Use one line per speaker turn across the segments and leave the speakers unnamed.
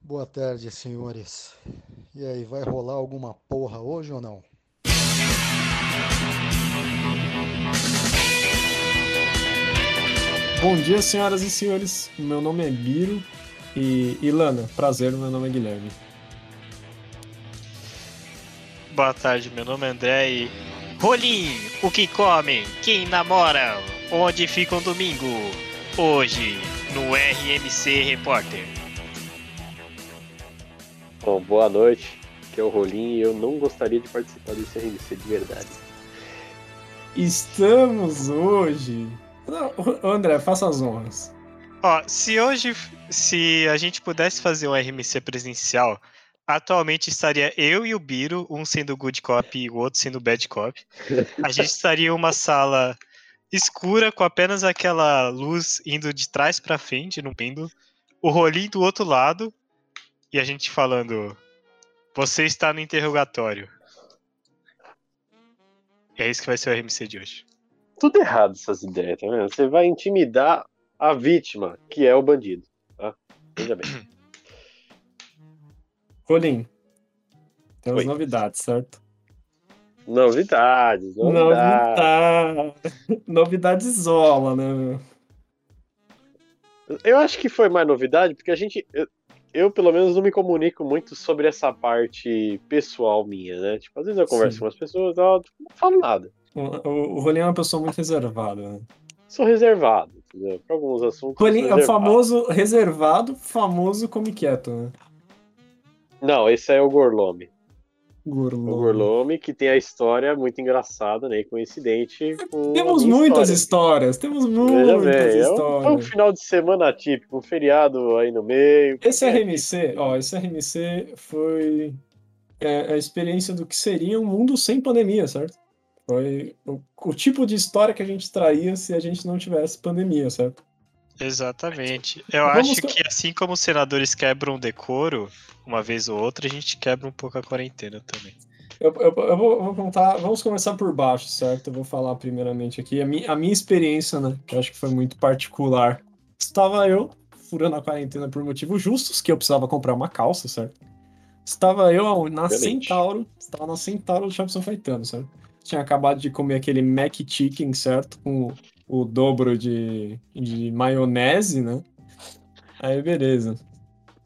Boa tarde, senhores. E aí, vai rolar alguma porra hoje ou não?
Bom dia, senhoras e senhores. Meu nome é Biro e Ilana, prazer, meu nome é Guilherme.
Boa tarde, meu nome é André e. Rolim, o que comem, quem namoram, onde ficam domingo? Hoje, no RMC Repórter.
Bom, boa noite. Aqui é o Rolim e eu não gostaria de participar desse RMC de verdade.
Estamos hoje. Não, André, faça as honras.
Ó, se hoje, se a gente pudesse fazer um RMC presencial, atualmente estaria eu e o Biro, um sendo good cop e o outro sendo bad cop. A gente estaria em uma sala escura com apenas aquela luz indo de trás pra frente, no pêndulo, o rolinho do outro lado e a gente falando: Você está no interrogatório. É isso que vai ser o RMC de hoje.
Tudo errado essas ideias, tá vendo? Você vai intimidar a vítima, que é o bandido, tá? Veja bem.
Rolim, tem umas
Oi.
novidades, certo?
Novidades, novidades.
Novidade. Novidade isola, né? meu?
Eu acho que foi mais novidade, porque a gente. Eu, eu, pelo menos, não me comunico muito sobre essa parte pessoal minha, né? Tipo, às vezes eu converso
Sim.
com as pessoas, e tal, tipo, não falo nada.
O, o- o Rolim é uma pessoa muito reservada. Né?
Sou reservado, entendeu? Pra alguns assuntos. sou
Rolim é o
reservado.
famoso reservado, famoso come quieto, né?
Não, esse aí é o Gorlome.
Gorlome.
O Gorlome, que tem a história muito engraçada, né? e Coincidente
É,
com.
Temos
a minha
muitas
história.
histórias, temos
Veja
muitas
bem, é um, foi um
histórias.
final de semana atípico, um feriado aí no meio.
Esse é RMC, ó, esse RMC foi é, a experiência do que seria um mundo sem pandemia, certo? Foi o, o tipo de história que a gente traria se a gente não tivesse pandemia, certo?
Exatamente. Eu
Vamos
acho
co-
que assim como os senadores quebram o decoro uma vez ou outra, a gente quebra um pouco a quarentena também.
Eu, eu- eu vou, eu vou contar, vamos começar por baixo, certo? Eu vou falar primeiramente aqui a, mi- a minha experiência, né? Que eu acho que foi muito particular. Estava eu furando a quarentena por motivos justos, que eu precisava comprar uma calça, certo? Estava eu aonde? na
Obviamente.
Centauro, estava na Centauro do Shopping São Caetano, certo? Tinha acabado de comer aquele Mac Chicken, certo? Com o dobro de, de maionese, né? Aí, beleza.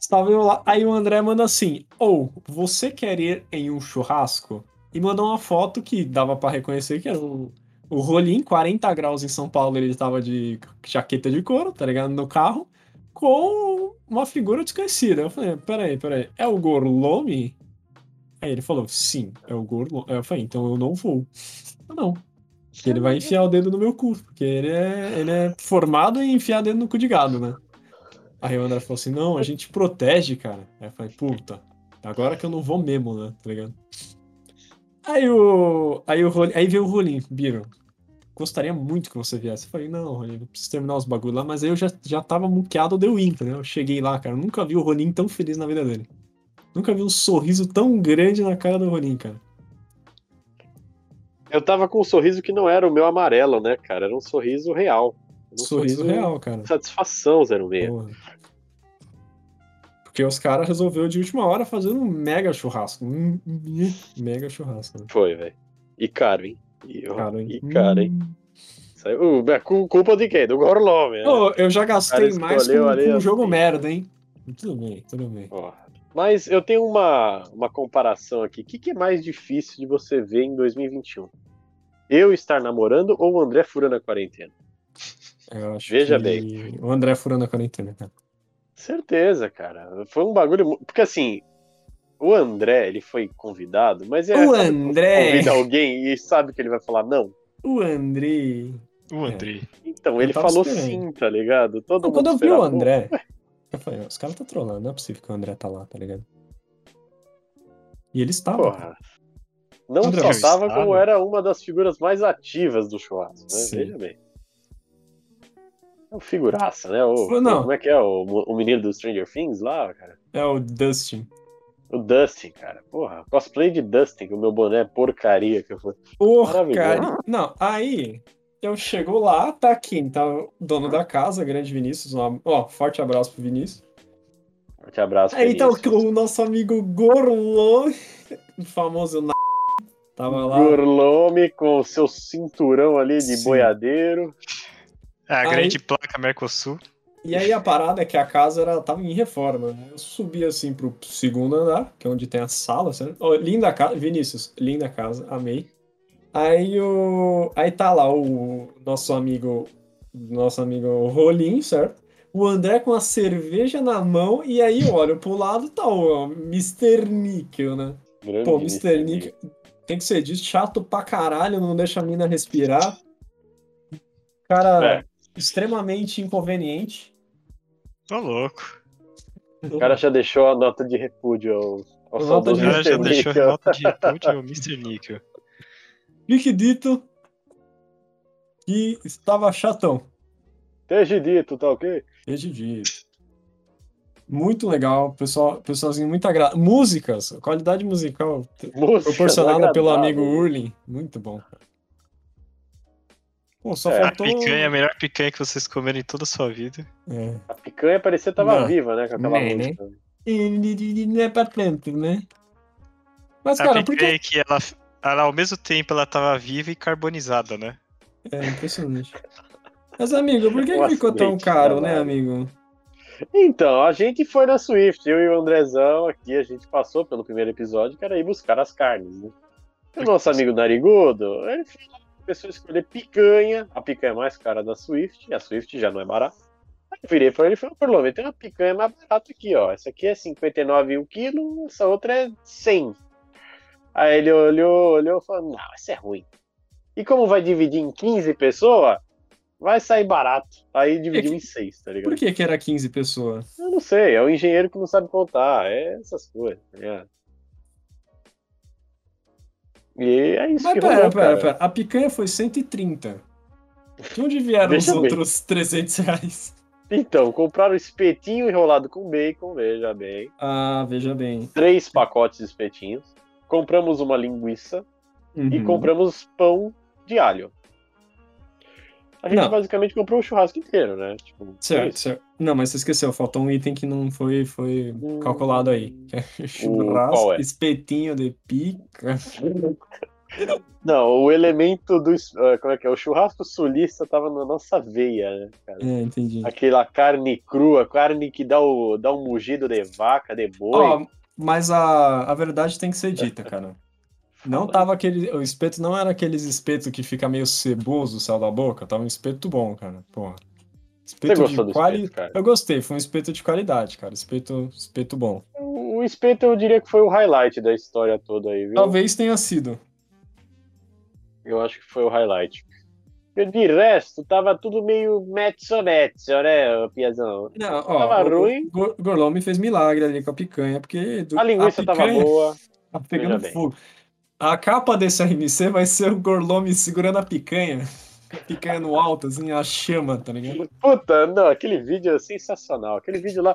Estava eu lá, aí o André manda assim: Ou, você quer ir em um churrasco? E mandou uma foto que dava pra reconhecer que era o, o Rolim, 40 graus em São Paulo, ele tava de jaqueta de couro, tá ligado? No carro, com uma figura desconhecida. Eu falei: Peraí, peraí, é o Gorlome? Aí ele falou: Sim, é o Gorlome. Aí eu falei: Então eu não vou. Eu não. Porque ele vai enfiar o dedo no meu cu, porque ele é, ele é formado em enfiar dedo no cu de gado, né? Aí o André falou assim: não, a gente protege, cara. Aí eu falei: puta, agora que eu não vou mesmo, né? Tá ligado? Aí o. Aí o Rolim, aí veio o Rolim, Biro. Gostaria muito que você viesse. Eu falei: não, Rolim, eu preciso terminar os bagulho lá, mas aí eu já, já tava muqueado de Win, né? Eu cheguei lá, cara. eu nunca vi o Rolim tão feliz na vida dele. Nunca vi um sorriso tão grande na cara do Rolim, cara.
Eu tava com um sorriso que não era o meu amarelo, né, cara? Era um sorriso real. Era um
sorriso real, cara.
de Satisfação, zero meia.
Porra. Porque os caras resolveu de última hora fazer um mega churrasco. Um mega churrasco. né?
Foi, velho. E caro, hein? E, ó,
Cara,
e caro,
Hum.
hein? Saiu, uh, é cu- culpa de quem? Do Gorlome, né?
Ô, eu já
O
gastei
cara
mais com,
escolheu ali é assim.
com um
as
jogo
fichas.
merda, hein? Tudo bem, tudo bem.
Ó. Mas eu tenho uma, uma comparação aqui. O que, que é mais difícil de você ver em 2021? Eu estar namorando ou o André furando a quarentena?
Eu acho
Veja
que O André furando a quarentena, cara.
Certeza, cara. Foi um bagulho. mu- Porque assim, o André, ele foi convidado, mas é.
O
sabe,
André!
Convida alguém e sabe que ele vai falar não.
O André. É.
O André.
Então,
Eu
ele
tava
falou
esperando.
sim, tá ligado? Todo
Não,
mundo
quando eu vi o
esperava.
André, eu falei, "Ó, os caras tá trolando, não é possível que o André tá lá, tá ligado? E ele estava. cara.
Porra. Não
André,
só
eu
tava
estava.
como era uma das figuras mais ativas do churrasco, né?
Sim.
Veja bem. É um figuraça, né? O,
Foi, não.
Como é que é? O, o menino do Stranger Things lá, cara?
É o Dustin.
O Dustin, cara. Porra, cosplay de Dustin, que o meu boné é porcaria que eu falei.
Porra,
Maravilhoso.
cara. Não, aí eu chego lá, tá quem tá o dono da casa, grande Vinícius. um- ó, forte abraço pro Vinícius.
Forte abraço.
Aí tá o,
Vinícius.
o nosso amigo Gorlô, o famoso na... Tava lá.
Gorlome com seu cinturão ali de
Sim.
boiadeiro.
A
Aí-
grande placa Mercosul.
E aí a parada é que a casa era, tava em reforma. né? Eu subi assim pro segundo andar, que é onde tem a sala, sabe? Ó, linda casa, Vinícius, linda casa, amei. Aí o aí tá lá o nosso amigo, nosso amigo Rolim, certo? O André com a cerveja na mão e aí eu olho pro lado tá o Mr. Níquel, né?
Grande
Pô, Mr. Nick tem que ser disso, chato pra caralho, não deixa a mina respirar. Cara,
É.
extremamente inconveniente.
Tô louco.
O cara já deixou a nota de repúdio ao, ao
Nota
O
saudoso
de
cara
Mr.
já
repúdio.
Nick.
deixou a nota de repúdio ao Mr. Níquel.
Fique dito que estava chatão.
Esteja dito, tá ok?
Desde dia. Muito legal, pessoal, pessoalzinho muito agradável. Músicas, qualidade musical
Música
proporcionada pelo amigo
agradável. né?
Urlin, muito bom. Pô, só
É,
A
faltou.
picanha, a melhor picanha que vocês comeram em toda a sua vida.
É.
A picanha parecia que tava
Não.
viva, né? Com aquela
Nem, nem.
música.
E não é pra frente, né? Mas,
A
cara, por que
picanha é que ela, ela, ao mesmo tempo, ela tava viva e carbonizada, né?
É impressionante. Mas, amigo, por que
Um
que ficou tão
acidente,
caro, né,
caralho.
amigo?
Então, a gente foi na Swift, eu e o Andrezão aqui, a gente passou pelo primeiro episódio, que era ir buscar as carnes, né? E o nosso amigo Narigudo, ele foi lá, começou a escolher picanha, a picanha mais cara da Swift, e a Swift já não é barata. Aí eu virei pra ele e falei, por tem uma picanha mais barata aqui, ó. Essa aqui é 59 o quilo, essa outra é 100. Aí ele olhou, olhou e falou, não, essa é ruim. E como vai dividir em 15 pessoas, vai sair barato. Aí dividiu em 6, tá ligado?
Por que que era 15 pessoas?
Eu não sei, é o engenheiro que não sabe contar, é essas coisas, tá ligado? E é isso
Mas
que
pera,
rolou,
pera,
cara.
pera. A picanha foi 130. De onde vieram
Veja
os
bem.
outros 300 reais?
Então, compraram espetinho enrolado com bacon, veja bem.
Ah, veja bem.
Três pacotes de espetinhos. Compramos uma linguiça e
Uhum.
compramos pão de alho. A gente
Não.
basicamente comprou o churrasco inteiro, né? Tipo, foi
Certo,
isso.
certo. Não, mas você esqueceu, faltou um item que não foi, foi
Hum.
calculado aí. Que é churrasco,
qual é?
espetinho de pica.
Não, o elemento do. es- ah, Como é que é? O churrasco sulista tava na nossa veia, né, cara?
É, entendi.
Aquela carne crua, carne que dá, o, dá um mugido de vaca, de boi.
Ó, mas a, a verdade tem que ser dita, cara. Não
Fala aí.
tava aquele. O espeto não era aqueles espetos que fica meio ceboso o céu da boca. Tava um espeto bom, cara. Porra.
Você
Espeto
gostou do
de quali...
espeto, cara?
Eu gostei, foi um espeto de qualidade, cara. Espeto, espeto bom.
O o espeto eu diria que foi o highlight da história toda aí, viu?
Talvez tenha sido.
Eu acho que foi o highlight. E De resto, tava tudo meio mezzo-mezzo, né, Piazão?
Não, ó,
Tava
o-
ruim.
O Gor- Gorlão me fez milagre ali com a picanha, porque do-
A linguiça tava
picanha
boa.
tá
veja
pegando
bem.
fogo. A capa desse RMC vai ser o Gorlome segurando a picanha. A picanha no alto, assim, a chama, tá ligado?
Puta, não, aquele vídeo é sensacional. Aquele vídeo lá.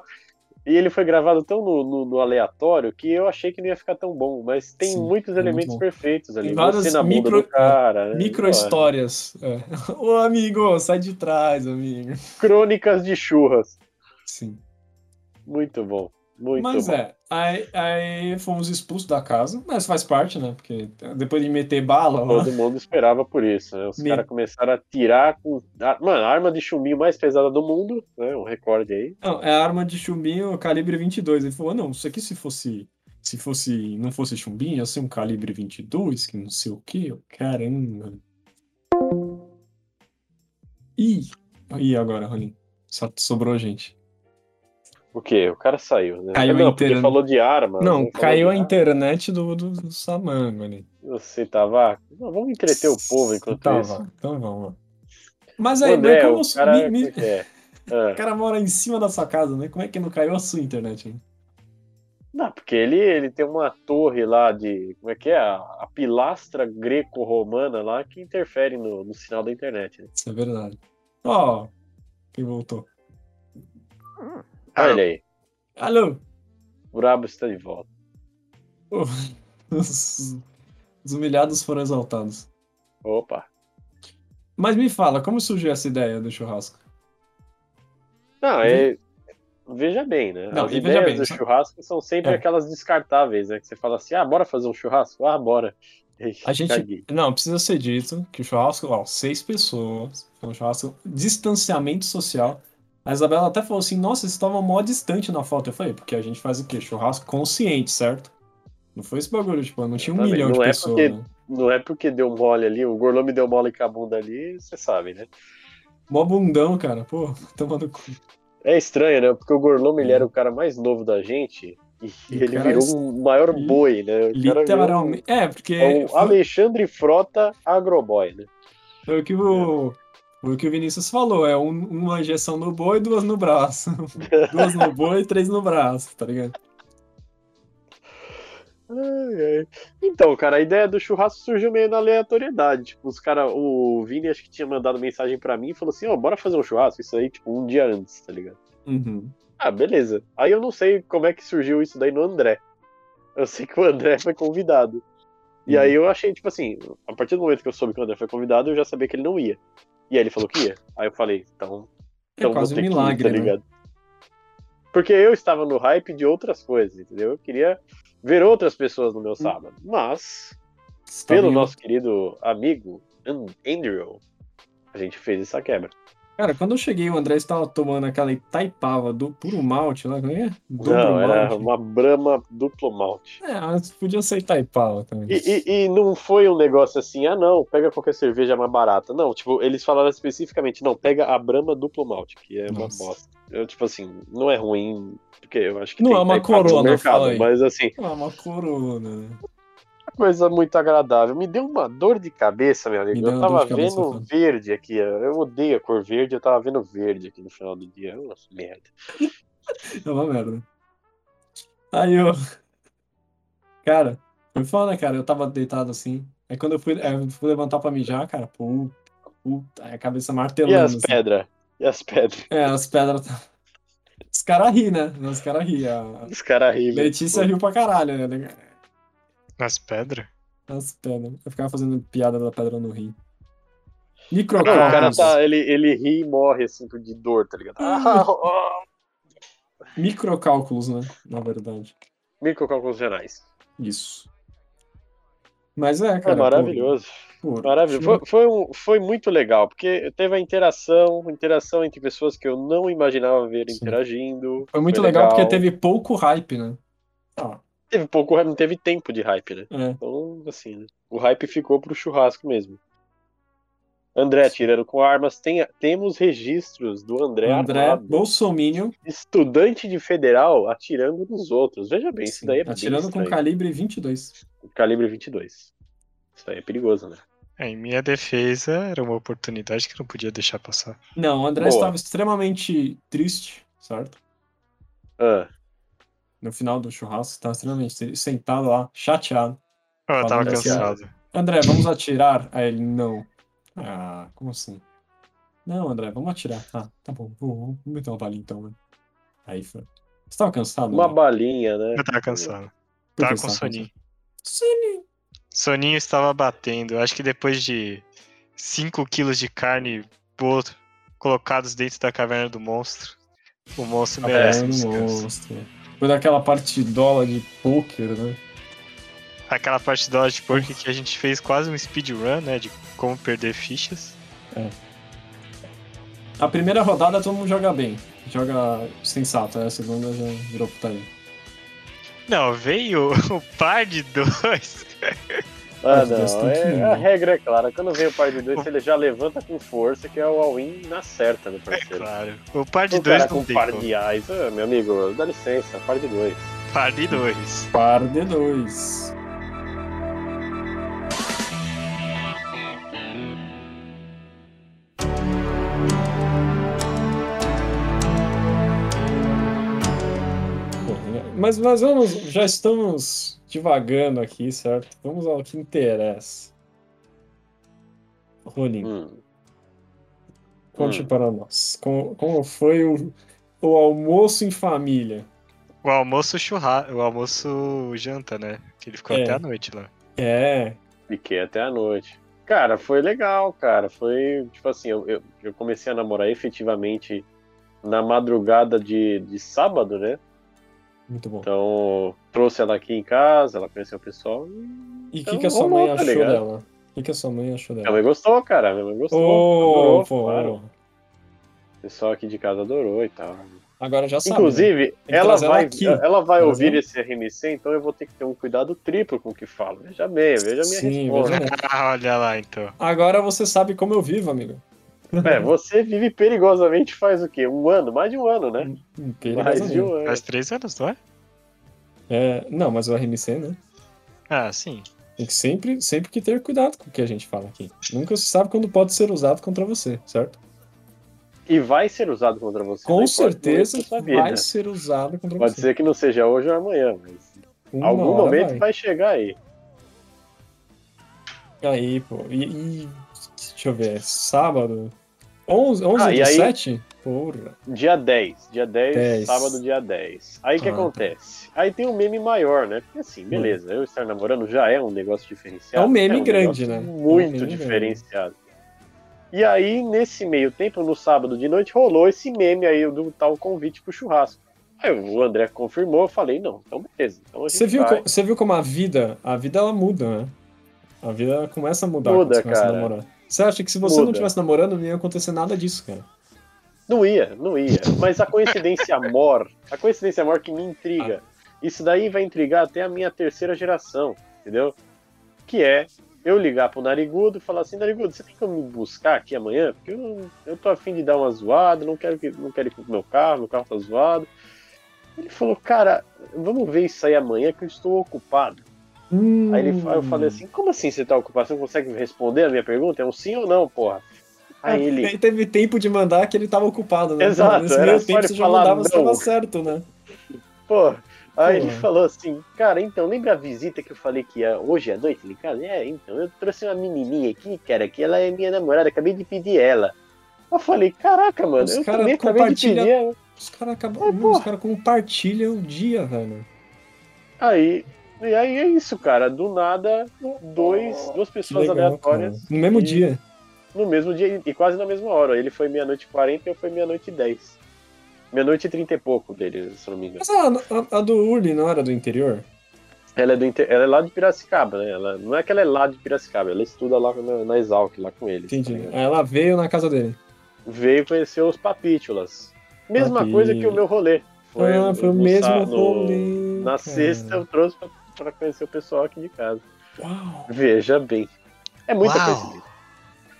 E ele foi gravado tão no, no- no aleatório que eu achei que não ia ficar tão bom, mas tem
Sim,
muitos
é
elementos
muito bom.
perfeitos ali.
Tem várias
Você na bunda
micro-
do cara. né?
Micro
Olha,
histórias. É. Ô amigo, sai de trás, amigo.
Crônicas de churras.
Sim.
Muito bom. Muito
mas
bom.
é, aí, aí fomos expulsos da casa, mas faz parte, né? Porque depois de meter bala, lá,
Todo mundo esperava por isso. Né? Os
Me-
caras começaram a tirar com. a- Mano, a arma de chuminho mais pesada do mundo, né? Um recorde aí.
não, é arma de chumbinho calibre 22. Ele falou: "Não, isso aqui se fosse se fosse não fosse chumbinho, ia ser um calibre 22, que não sei o quê. Eu, Caramba. Ih, e agora, Rolim? Só sobrou gente.
O quê? O cara saiu, né?
Caiu a
não, porque
inteira, né?
falou de arma. né?
Não,
Falou
caiu
de
a
arma.
internet do, do, do Samango ali.
Você tava. Não, vamos entreter o povo enquanto
Tava,
isso.
Então vamos. Mas
O
aí,
André,
mas como
o
os- mi-
cara.
mi-
É.
o
Ah,
cara mora em cima da sua casa, né? Como é que não caiu a sua internet? né?
Não, porque ele, ele tem uma torre lá de. Como é que é? A, a pilastra greco-romana lá que interfere no, no sinal da internet. Né?
Isso é verdade. Ó, quem voltou.
Olha aí.
Alô?
O Brabo está de volta.
Os, os humilhados foram exaltados.
Opa.
Mas me fala, como surgiu essa ideia do churrasco?
Não, é. veja bem, né?
Não,
As
e veja
ideias
bem,
do
só-
churrasco são sempre
É.
aquelas descartáveis, né? Que você fala assim, ah, bora fazer um churrasco? Ah, bora.
A gente-
Caguei.
Não, precisa ser dito que o churrasco, ó, seis pessoas, foi um churrasco, distanciamento social. A Isabela até falou assim, nossa, vocês estavam mó distante na foto. Eu falei, porque a gente faz o quê? Churrasco consciente, certo? Não foi esse bagulho, tipo, não tinha um
Exatamente.
milhão de
Não é
pessoas,
porque-
né?
Não é porque deu mole ali, o Gorlô me deu mole com a bunda ali, você sabe, né?
Mó bundão, cara, pô, tomando cu.
É estranho, né? Porque o Gorlome, ele
É.
era o cara mais novo da gente e
E o
ele
cara
virou
é-
o maior boi, né? O cara virou
Literalmente. É, porque
É o
foi-
Alexandre Frota Agroboy, né?
foi o que o, foi o que o Vinícius falou, é um- uma injeção no boi e duas no braço. duas no boi e três no braço, tá ligado?
Ai, ai. Então, cara, a ideia do churrasco surgiu meio na aleatoriedade. Tipo, os cara, o Vini acho que tinha mandado mensagem pra mim e falou assim: ó, bora fazer um churrasco. Isso aí, tipo, um dia antes, tá ligado?
Uhum.
Ah, beleza. Aí eu não sei como é que surgiu isso daí no André. Eu sei que o André foi convidado. E
Hum.
aí eu achei, tipo assim, a partir do momento que eu soube que o André foi convidado, eu já sabia que ele não ia. E aí ele falou que ia. Aí eu falei, então.
É
então vou
quase um
ter que ir,
milagre,
tá
né?
ligado? Porque eu estava no hype de outras coisas, entendeu? Eu queria ver outras pessoas
Hum.
no meu sábado. Mas, pelo
Estaria-
nosso querido amigo An- Andrew, a gente fez essa quebra.
Cara, quando eu cheguei, o André estava tomando aquela Itaipava do puro malte, lá, como é? Dobro
não, era
malte.
uma brama duplo malte.
É, mas podia ser Itaipava também.
E, e- e não foi um negócio assim, ah não, pega qualquer cerveja mais barata. Não, tipo, eles falaram especificamente, não, pega a Brahma duplo malte, que é uma
Nossa.
bosta. Eu, tipo assim, não é ruim, porque eu acho que
Não
tem
é uma
mercado no
Corona,
mercado,
fala aí.
mas assim,
Ah, uma corona. né?
coisa muito agradável. Me deu uma dor de cabeça, meu
Me
amigo.
deu
Eu
uma
tava
dor de cabeça,
vendo
Fábio.
verde aqui, ó. eu odeio a cor verde, eu tava vendo verde aqui no final do dia. Nossa, merda.
É uma merda. Aí eu. Cara, foi foda, cara. Eu tava deitado assim. Aí quando eu fui, eu fui levantar pra mijar, cara, puta, puta, aí a cabeça
E
martelando.
as
assim.
pedras? E as pedras?
É, as pedras. tá- Os caras riem, né? Os caras riem. A
Os caras riram.
Letícia riu pra caralho, né?
Nas pedras?
As pedras. Eu ficava fazendo piada da pedra no rim. Micro
Não, o cara
Nossa.
tá, ele, ele ri e morre assim de dor, tá ligado? Ah, ó,
Microcálculos, né? Na verdade.
Microcálculos gerais.
Isso. Mas é,
É
cara. pô,
maravilhoso.
pô,
Maravilhoso.
chegou-
Foi, foi, um- foi muito legal, porque teve a interação, interação entre pessoas que eu não imaginava ver
Sim.
interagindo.
Foi muito legal, porque teve pouco hype, né? Ah,
Teve pouco hype, não teve tempo de hype, né?
é.
Então, assim, né? o hype ficou pro churrasco mesmo. André tirando com armas, tem- temos registros do André,
André
armado,
Bolsominion,
estudante de federal atirando nos outros. Veja bem, isso
sim,
daí é bem
atirando com
estranho.
calibre 22.
calibre 22. Isso daí é perigoso, né?
É, Em minha defesa, era uma oportunidade que eu não podia deixar passar.
Não, o André
Boa.
estava extremamente triste, certo?
Ah.
No final do churrasco, estava extremamente triste, sentado lá, chateado.
Ah, Eu tava
Falando assim,
cansado.
André, vamos atirar? Aí ele, não. Ah, como assim? Não, André, vamos atirar. Ah, tá bom, vou, vou meter uma balinha então, mano. Aí foi. Você tava cansado?
Uma
André?
balinha, né?
Eu tava cansado.
Por que
Tava
você
com
tava cansado?
soninho.
Soninho.
Soninho estava batendo. Acho que depois de 5 quilos de carne bo- colocados dentro da caverna do monstro, o monstro merece
É,
um descanso.
monstro. Foi daquela partidola de pôquer, né?
Aquela parte do Lodge Pork que a gente fez quase um speedrun, né? De como perder fichas.
A primeira rodada todo mundo joga bem. Joga sensato, aí a segunda já virou putaria.
Não, veio o par de dois.
Ah,
Mas Deus
não.
tem que ir,
É, a
né?
regra é clara. Quando vem o par de dois, ele já levanta com força, que é o all-in na certa do parceiro.
É Claro. O par de
O
dois
cara
não
com
tem
par
como.
de ais. Ah, meu amigo, dá licença, par de dois.
Par de dois.
Par de dois. Bom, né, Mas, mas vamos, já estamos divagando aqui, certo? Vamos ao que interessa. Rolim,
Hum.
conte
hum.
para nós. Como, como foi o, o almoço em família?
O almoço churrasco, o almoço janta, né? Que ele ficou
É.
até a noite lá.
É,
Fiquei até a noite. Cara, foi legal, cara. Foi, tipo assim, eu, eu, eu comecei a namorar efetivamente na madrugada de, de sábado, né?
Muito bom.
Então, trouxe ela aqui em casa, ela conheceu o pessoal.
É.
e
E o que,
então
que a sua
rolou,
mãe
tá
achou
ligado?
dela? O que, que a sua mãe achou
Minha
dela?
mãe gostou, cara. Minha mãe gostou.
Ô,
adorou,
pô,
claro.
pô.
O pessoal aqui de casa adorou e tal.
Agora já sabe. né?
Inclusive,
que
ela,
trazer ela
vai,
aqui.
ela vai
Mas
ouvir
não-
esse RMC, então eu vou ter que ter um cuidado triplo com o que falo. Veja bem, veja a minha
Sim,
resposta.
veja
Ah, olha lá então.
Agora você sabe como eu vivo, amigo.
É, você vive perigosamente faz o quê? Um ano? Mais de um ano, né?
Hum,
Mais de
Perigosamente.
um ano.
Faz três anos, não é?
É, não, mas o RMC, né?
Ah, sim.
Tem que sempre, sempre que ter cuidado com o que a gente fala aqui. Nunca se sabe quando pode ser usado contra você, certo?
E vai ser usado contra você.
Com
né? Pode
certeza
muito na sua vida.
vai ser usado contra
Pode
você.
ser que não seja hoje ou amanhã, mas
Uma
algum
hora
momento
vai.
vai. chegar aí.
Aí, pô. E, e- deixa eu ver, é sábado? 11, 11
Ah, e
do
aí-
7? Porra.
Dia 10. Dia 10,
10.
sábado, dia 10. Aí o que
Ah, tá. Hum.
acontece? Aí tem um meme maior, né? Porque assim, beleza, eu estar namorando já é um negócio diferenciado.
É um meme grande,
negócio
né? É um
Muito
meme
diferenciado. E aí, nesse meio tempo, no sábado de noite, rolou esse meme aí do tal convite pro churrasco. Aí o André confirmou, eu falei, não, então beleza. Então a gente
Você viu,
vai.
co- você viu como a vida, a vida ela muda, né? A vida ela começa a mudar quando
Muda,
você começa
cara.
a namorar. Você acha que se você não
Muda.
tivesse namorando, não ia acontecer nada disso, cara.
Não ia, não ia. Mas a coincidência mor, a coincidência mor que me intriga. Isso daí vai intrigar até a minha terceira geração, entendeu? Que é eu ligar pro Narigudo e falar assim, Narigudo, você tem que me buscar aqui amanhã? Porque eu, eu tô afim de dar uma zoada, não quero, que, não quero ir com o meu carro, meu carro tá zoado. Ele falou, cara, vamos ver isso aí amanhã que eu estou ocupado. Aí ele, fa- eu falei
Hum.
assim, como assim você tá ocupado? Você não consegue responder a minha pergunta? É um sim ou não, porra? Aí "Ah, ele,
Te- É, Teve tempo de mandar que ele tava ocupado, né?
Exato,
Nesse
era
meio
só
tempo
ele
você já
falar
mandava, você
não.
tava certo, né?
Pô, aí ele
Pô.
falou assim, cara, então, lembra a visita que eu falei que ia hoje à noite? Ele, cara, é, então, eu trouxe uma menininha aqui, cara, que ela é minha namorada, acabei de pedir ela. Eu falei, caraca, mano,
Os
eu
cara
também acabei de
compartilha-
pedir ela.
Os caras
É,
acabam. Hum, os
porra.
caras compartilham o dia, velho.
Aí, e aí é isso, cara, do nada, dois, duas
Que
pessoas
legal, cara.
aleatórias
No mesmo
E-
dia.
no mesmo dia e quase na mesma hora. Ele foi meia-noite e quarenta e eu fui meia-noite e dez. Meia-noite e trinta e pouco dele, se eu não me engano.
Mas a, a- a do Urli não era do interior?
Ela é, do inter- ela é lá de Piracicaba, né? Ela... Não é que ela é lá de Piracicaba, ela estuda lá na, na Exalc, lá com eles.
Entendi.
tá ligado?
Aí ela veio na casa dele.
Veio conhecer os Papítulas. Mesma
Papi-
coisa que o meu rolê.
ah, foi o
no
mesmo
sa- no-
rolê.
Na
cara.
sexta eu trouxe pra, pra conhecer o pessoal aqui de casa.
Uau!
Veja bem. É muita
Uau.
coincidência.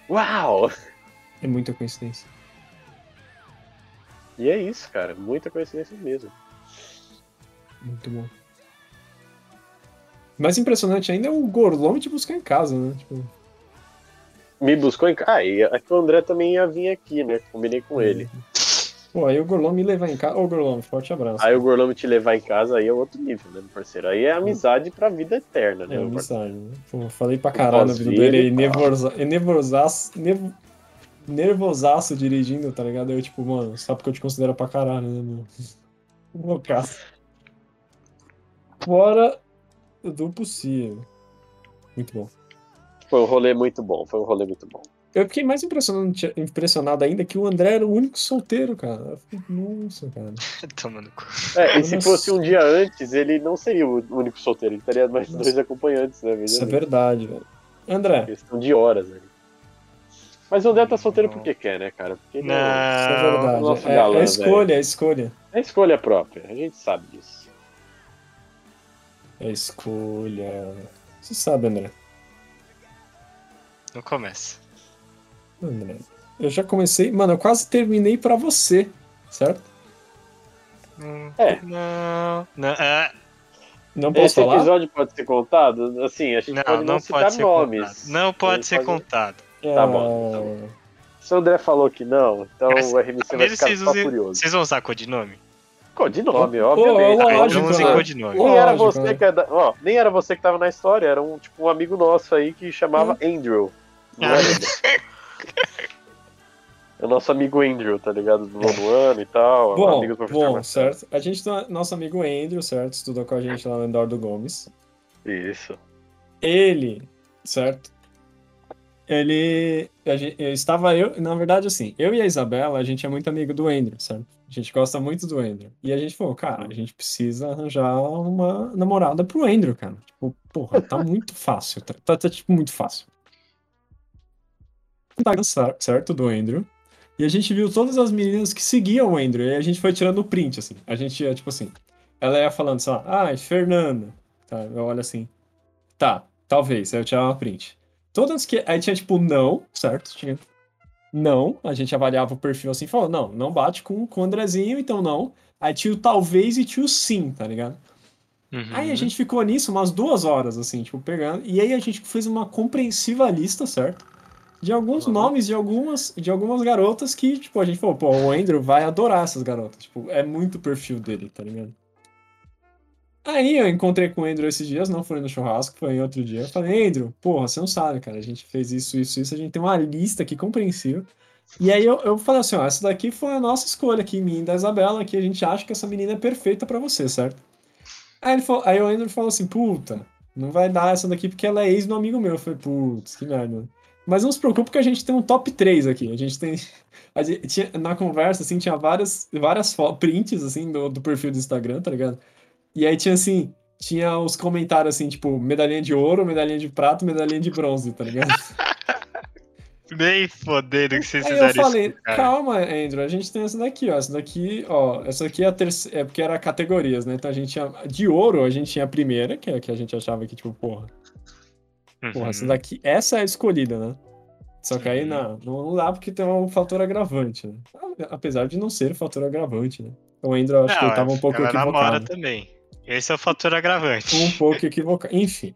Uau!
É muita coincidência.
E é isso, cara. Muita coincidência mesmo.
Muito bom. Mais impressionante ainda é o Gorlome te buscar em casa, né? Tipo,
Me buscou em casa. Ah, e é que o André também ia vir aqui, né? Combinei
Hum,
com ele.
pô, aí o Gorlome me levar em casa. Ô, Gorlome, forte abraço.
Aí o Gorlamo te levar em casa, aí é outro nível, né, meu parceiro? Aí é amizade pra vida eterna, né,
É,
meu parceiro?
amizade, né? Pô, falei pra caralho no vídeo
Pós-vídeo,
dele e
pá.
nervosa, e nervosaço, nerv- nervosaço dirigindo, tá ligado? Eu, tipo, mano, sabe porque eu te considero pra caralho, né, meu? Um Loucaço. Fora do possível. Muito bom.
Foi um rolê muito bom, foi um rolê muito bom.
Eu fiquei mais impressionante- impressionado ainda que o André era o único solteiro, cara. Eu fiquei, nossa, cara.
Toma no cu.
É, e se
Nossa.
fosse um dia antes, ele não seria o único solteiro, ele teria mais
Nossa.
dois acompanhantes, né?
Isso
Veja
é
bem.
verdade, velho. André,
Questão de horas, né? Mas o André tá solteiro
Não.
porque quer, né, cara? Porque ele é-
isso é
Não.
verdade.
nosso
é,
galã,
é a
velho.
escolha, é a escolha.
é escolha própria, a gente sabe disso.
É a escolha. Você sabe, André.
Não começa.
André, eu já comecei. Mano, eu quase terminei pra você, certo?
Não.
É.
Não. Não. Ah,
Não posso
Esse
falar?
episódio pode ser contado? Assim, a gente
não,
pode não,
não
citar
pode ser
nomes.
contado. Não
A
pode
gente
ser contado.
É,
Tá bom, tá bom. Se o André falou que não, então
Cara,
o RMC vai
primeiro
ficar
vocês
só
usem-
curioso.
Vocês vão usar codinome?
Codinome,
Ô,
obviamente.
Tá,
lógico,
então usem
né?
codinome.
Nem era,
Lógico,
você
né?
que era, ó, nem era você que tava na história, era um, tipo, um amigo nosso aí que chamava Andrew. Não era ele. É o nosso amigo Andrew, tá ligado? Do nono ano e tal. é um
Bom,
amigo do professor
bom,
Marcelo.
certo. A gente, tem nosso amigo Andrew, certo? Estudou com a gente lá no Endor do Gomes.
Isso.
Ele, certo? ele. a gen- eu estava eu. Na verdade, assim, eu e a Isabela, a gente é muito amigo do Andrew, sabe? A gente gosta muito do Andrew. E a gente falou, cara, a gente precisa arranjar uma namorada pro Andrew, cara. Tipo, porra, tá muito fácil. Tá, tá, tá, tipo, muito fácil. Tá dando cer- certo do Andrew. E a gente viu todas as meninas que seguiam o Andrew. E a gente foi tirando o print, assim. A gente ia, tipo assim. Ela ia falando, sei lá, ai, Fernanda. Tá, eu olho assim. Tá, talvez. Aí eu tirava uma print. Todas que. Aí tinha tipo, não, certo? Tinha. Não, a gente avaliava o perfil assim, falou, não, não bate com, com o Andrezinho, então não. Aí tinha o talvez e tinha o sim, tá ligado?
Uhum.
Aí a gente ficou nisso umas duas horas, assim, tipo, pegando. E aí a gente fez uma compreensiva lista, certo? De alguns
Uhum.
nomes de algumas, de algumas garotas que, tipo, a gente falou, pô, o Andrew vai adorar essas garotas. Tipo, é muito o perfil dele, tá ligado? Aí eu encontrei com o Andrew esses dias, não foi no churrasco, foi em outro dia. Eu falei, Andrew, porra, você não sabe, cara, a gente fez isso, isso, isso, a gente tem uma lista aqui compreensiva. E aí eu, eu falei assim, ó, essa daqui foi a nossa escolha aqui, minha e da Isabela, que a gente acha que essa menina é perfeita pra você, certo? Aí, ele falou, aí o Andrew falou assim, puta, não vai dar essa daqui porque ela é ex do amigo meu. Eu falei, putz, que merda. Mas não se preocupe que a gente tem um top 3 aqui. A gente tem. a gente tinha- na conversa, assim, tinha várias, várias fo- prints, assim, do, do perfil do Instagram, tá ligado? E aí tinha assim. Tinha os comentários assim, tipo, medalhinha de ouro, medalhinha de prata, medalhinha de bronze, tá ligado?
Nem fodendo que vocês
Aí eu
fizeram
falei,
isso. com o cara.
calma, Andrew, a gente tem essa daqui, ó. Essa daqui, ó, essa aqui é a terceira. É porque era categorias, né? Então a gente tinha. De ouro, a gente tinha a primeira, que é a que a gente achava que, tipo, porra, porra,
Uhum.
essa daqui. Essa é a escolhida, né? Só que aí
Uhum.
não, não não dá porque tem um fator agravante, né? Apesar de não ser fator agravante, né? Então, Andrew, eu acho que
Não,
eu tava um pouco
ela namora
equivocado.
também. Esse é o fator agravante.
Um pouco equivocado. Enfim.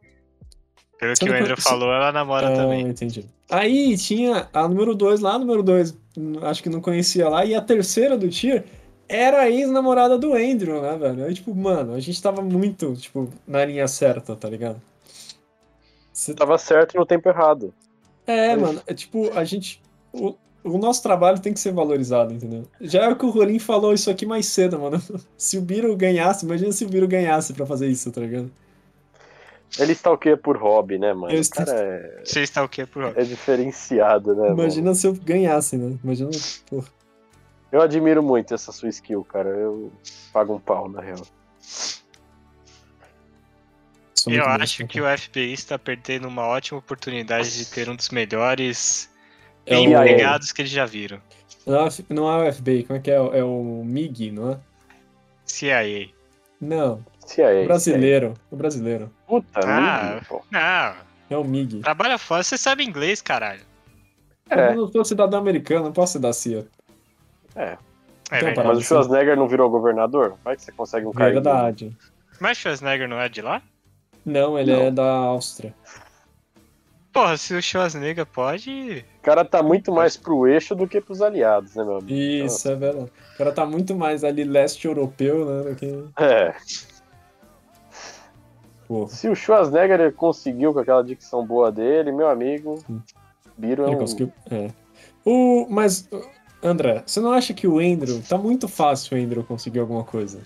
Pelo
Sendo
que o
que-
Andrew falou, ela namora
Ah,
também.
entendi. Aí tinha a número 2 lá, a número 2, acho que não conhecia lá, e a terceira do tier era a ex-namorada do Andrew, né, velho? Aí, tipo, mano, a gente tava muito, tipo, na linha certa, tá ligado? Cê-
Tava certo no tempo errado.
É, mano, é tipo, a gente. O, o nosso trabalho tem que ser valorizado, entendeu? Já é o que o Rolim falou isso aqui mais cedo, mano. Se o Biro ganhasse, imagina se o Biro ganhasse pra fazer isso, tá ligado?
Ele stalkeia por hobby, né, mano?
Eu
O cara é,
Você está o quê, por
é diferenciado, né, mano?
Imagina se eu ganhasse, né? Imagina. Porra.
Eu admiro muito essa sua skill, cara. Eu pago um pau, na real.
Sou
Eu
muito tá bom,
acho
cara.
que o FBI está perdendo uma ótima oportunidade de ter um dos melhores
É o-
empregados que eles já viram.
Não é o F- Não é o FBI, como é que é? É o MIG, não é?
CIA.
Não,
CIA.
o brasileiro. O brasileiro.
é Puta,
Ah.
amigo, pô.
Não,
É o MIG.
trabalha fora, você sabe inglês, caralho.
É.
Eu não sou cidadão americano, não posso ser da CIA.
É
Então,
verdade.
parado,
Mas o Schwarzenegger não virou governador? Vai que você consegue um
é
cargo.
Verdade.
Mas Schwarzenegger não é de lá?
Não, ele
Não.
é da Áustria.
Porra, se o Schwarzenegger pode.
O cara tá muito mais pro eixo do que pros aliados, né, meu amigo?
Isso, é verdade. O cara tá muito mais ali leste europeu, né? Do que.
É.
Pô,
Se o Schwarzenegger ele conseguiu com aquela dicção boa dele, meu amigo, Biro é
ele
um...
conseguiu. É. O... Mas, André, você não acha que o Andrew. Tá muito fácil o Andrew conseguir alguma coisa?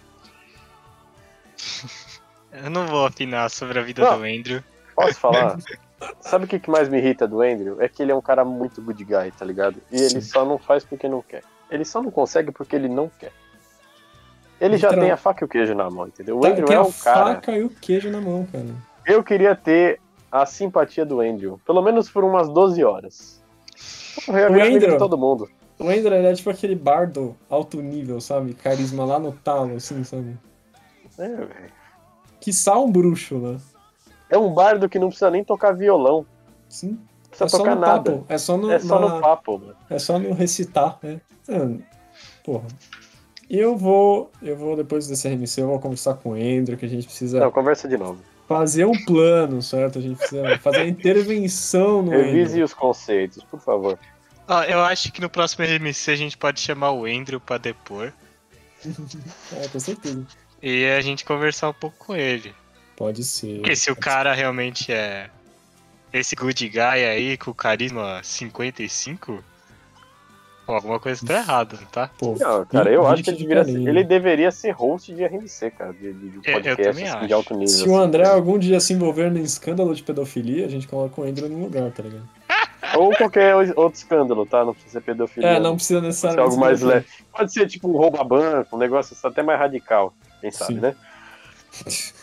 Eu não vou opinar sobre a vida
Não.
do Andrew.
Posso falar? Sabe o que que mais me irrita do Andrew? É que ele é um cara muito good guy, tá ligado? E
Sim.
ele só não faz porque não quer. Ele só não consegue porque ele não quer. Ele já
Literal.
tem a faca e o queijo na mão, entendeu? O
Então, Tá-
Andrew
tem
é
a
um cara.
faca e o queijo na mão, cara.
Eu queria ter a simpatia do Andrew, pelo menos por umas 12 horas. Eu reuni
O
amigo
Andrew?
de todo mundo.
O Andrew ele é tipo aquele bardo alto nível, sabe? Carisma lá no talo, assim, sabe?
É, velho.
Que sal um bruxo, né?
É um bardo que não precisa nem tocar violão, não
Sim.
precisa
É só
tocar
no
nada.
papo. É só no,
É só
na-
no papo, mano.
é só no recitar, né? Mano, Porra. E eu vou. Eu vou, depois desse RMC, eu vou conversar com o Andrew, que a gente precisa
Não, conversa de novo.
fazer um plano, certo? A gente precisa fazer a intervenção no
Revise
Andrew.
os conceitos, por favor.
Ó, eu acho que no próximo RMC a gente pode chamar o Andrew pra depor.
É, com certeza.
E a gente conversar um pouco com ele.
Pode ser.
Porque se o cara realmente é esse good guy aí com carisma 55, pô, alguma coisa tá errada, tá?
Pô,
Não, cara, eu acho que ele,
gente
deveria ser-
carinho.
ele deveria ser host de RMC, cara, de, de- de
Eu- eu
podcast
também
assim, de
acho.
alto nível.
Se o
assim.
André algum dia se envolver num escândalo de pedofilia, a gente coloca o Andrew no lugar, tá ligado?
Ou qualquer outro escândalo, tá? Não precisa ser pedofilia.
É, não precisa
Pode ser
necessariamente.
algo mais
escrever.
leve. Pode ser tipo um rouba banco, um negócio até mais radical, quem sabe,
Sim.
né?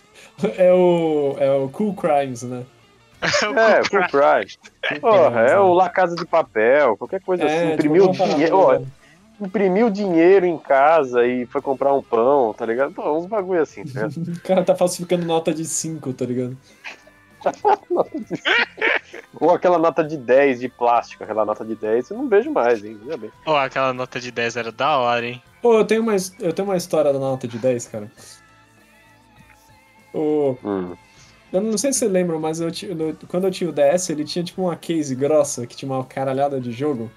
É o, é o Cool Crimes, né?
É, full prime. Porra, é o La Casa de Papel, qualquer coisa assim. Imprimiu
né? tipo, não,
dinheiro. ó, imprimiu dinheiro em casa e foi comprar um pão, tá ligado? Pô, uns bagulho assim, tá ligado?
O cara tá falsificando nota de 5, tá ligado?
Nota de- Ou aquela nota de 10 de plástico, aquela nota de 10, eu não vejo mais, hein? Ainda bem.
Ó, aquela nota de 10 era da hora, hein?
Pô, eu tenho uma, his- eu tenho uma história da nota de 10, cara. O,
Hum.
eu não sei se você lembra, mas eu, ti- no- quando eu tinha o DS, ele tinha tipo uma case grossa que tinha uma caralhada de jogo.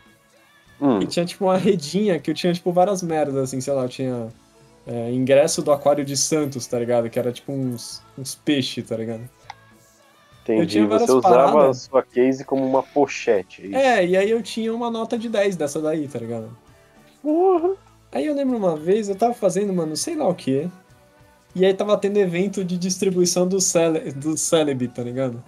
Hum.
E tinha tipo uma redinha que eu tinha tipo várias merdas, assim, sei lá, eu tinha é, ingresso do Aquário de Santos, tá ligado? Que era tipo uns, uns peixes, tá ligado?
Entendi.
eu tinha várias
Você usava a
paradas.
sua case como uma pochete. é isso?
É, e aí eu tinha uma nota de 10 dessa daí, tá ligado? Uhum.
Porra.
Aí eu lembro uma vez, eu tava fazendo, mano, sei lá o que. E aí tava tendo evento de distribuição do, cele, do Celebi, tá ligado?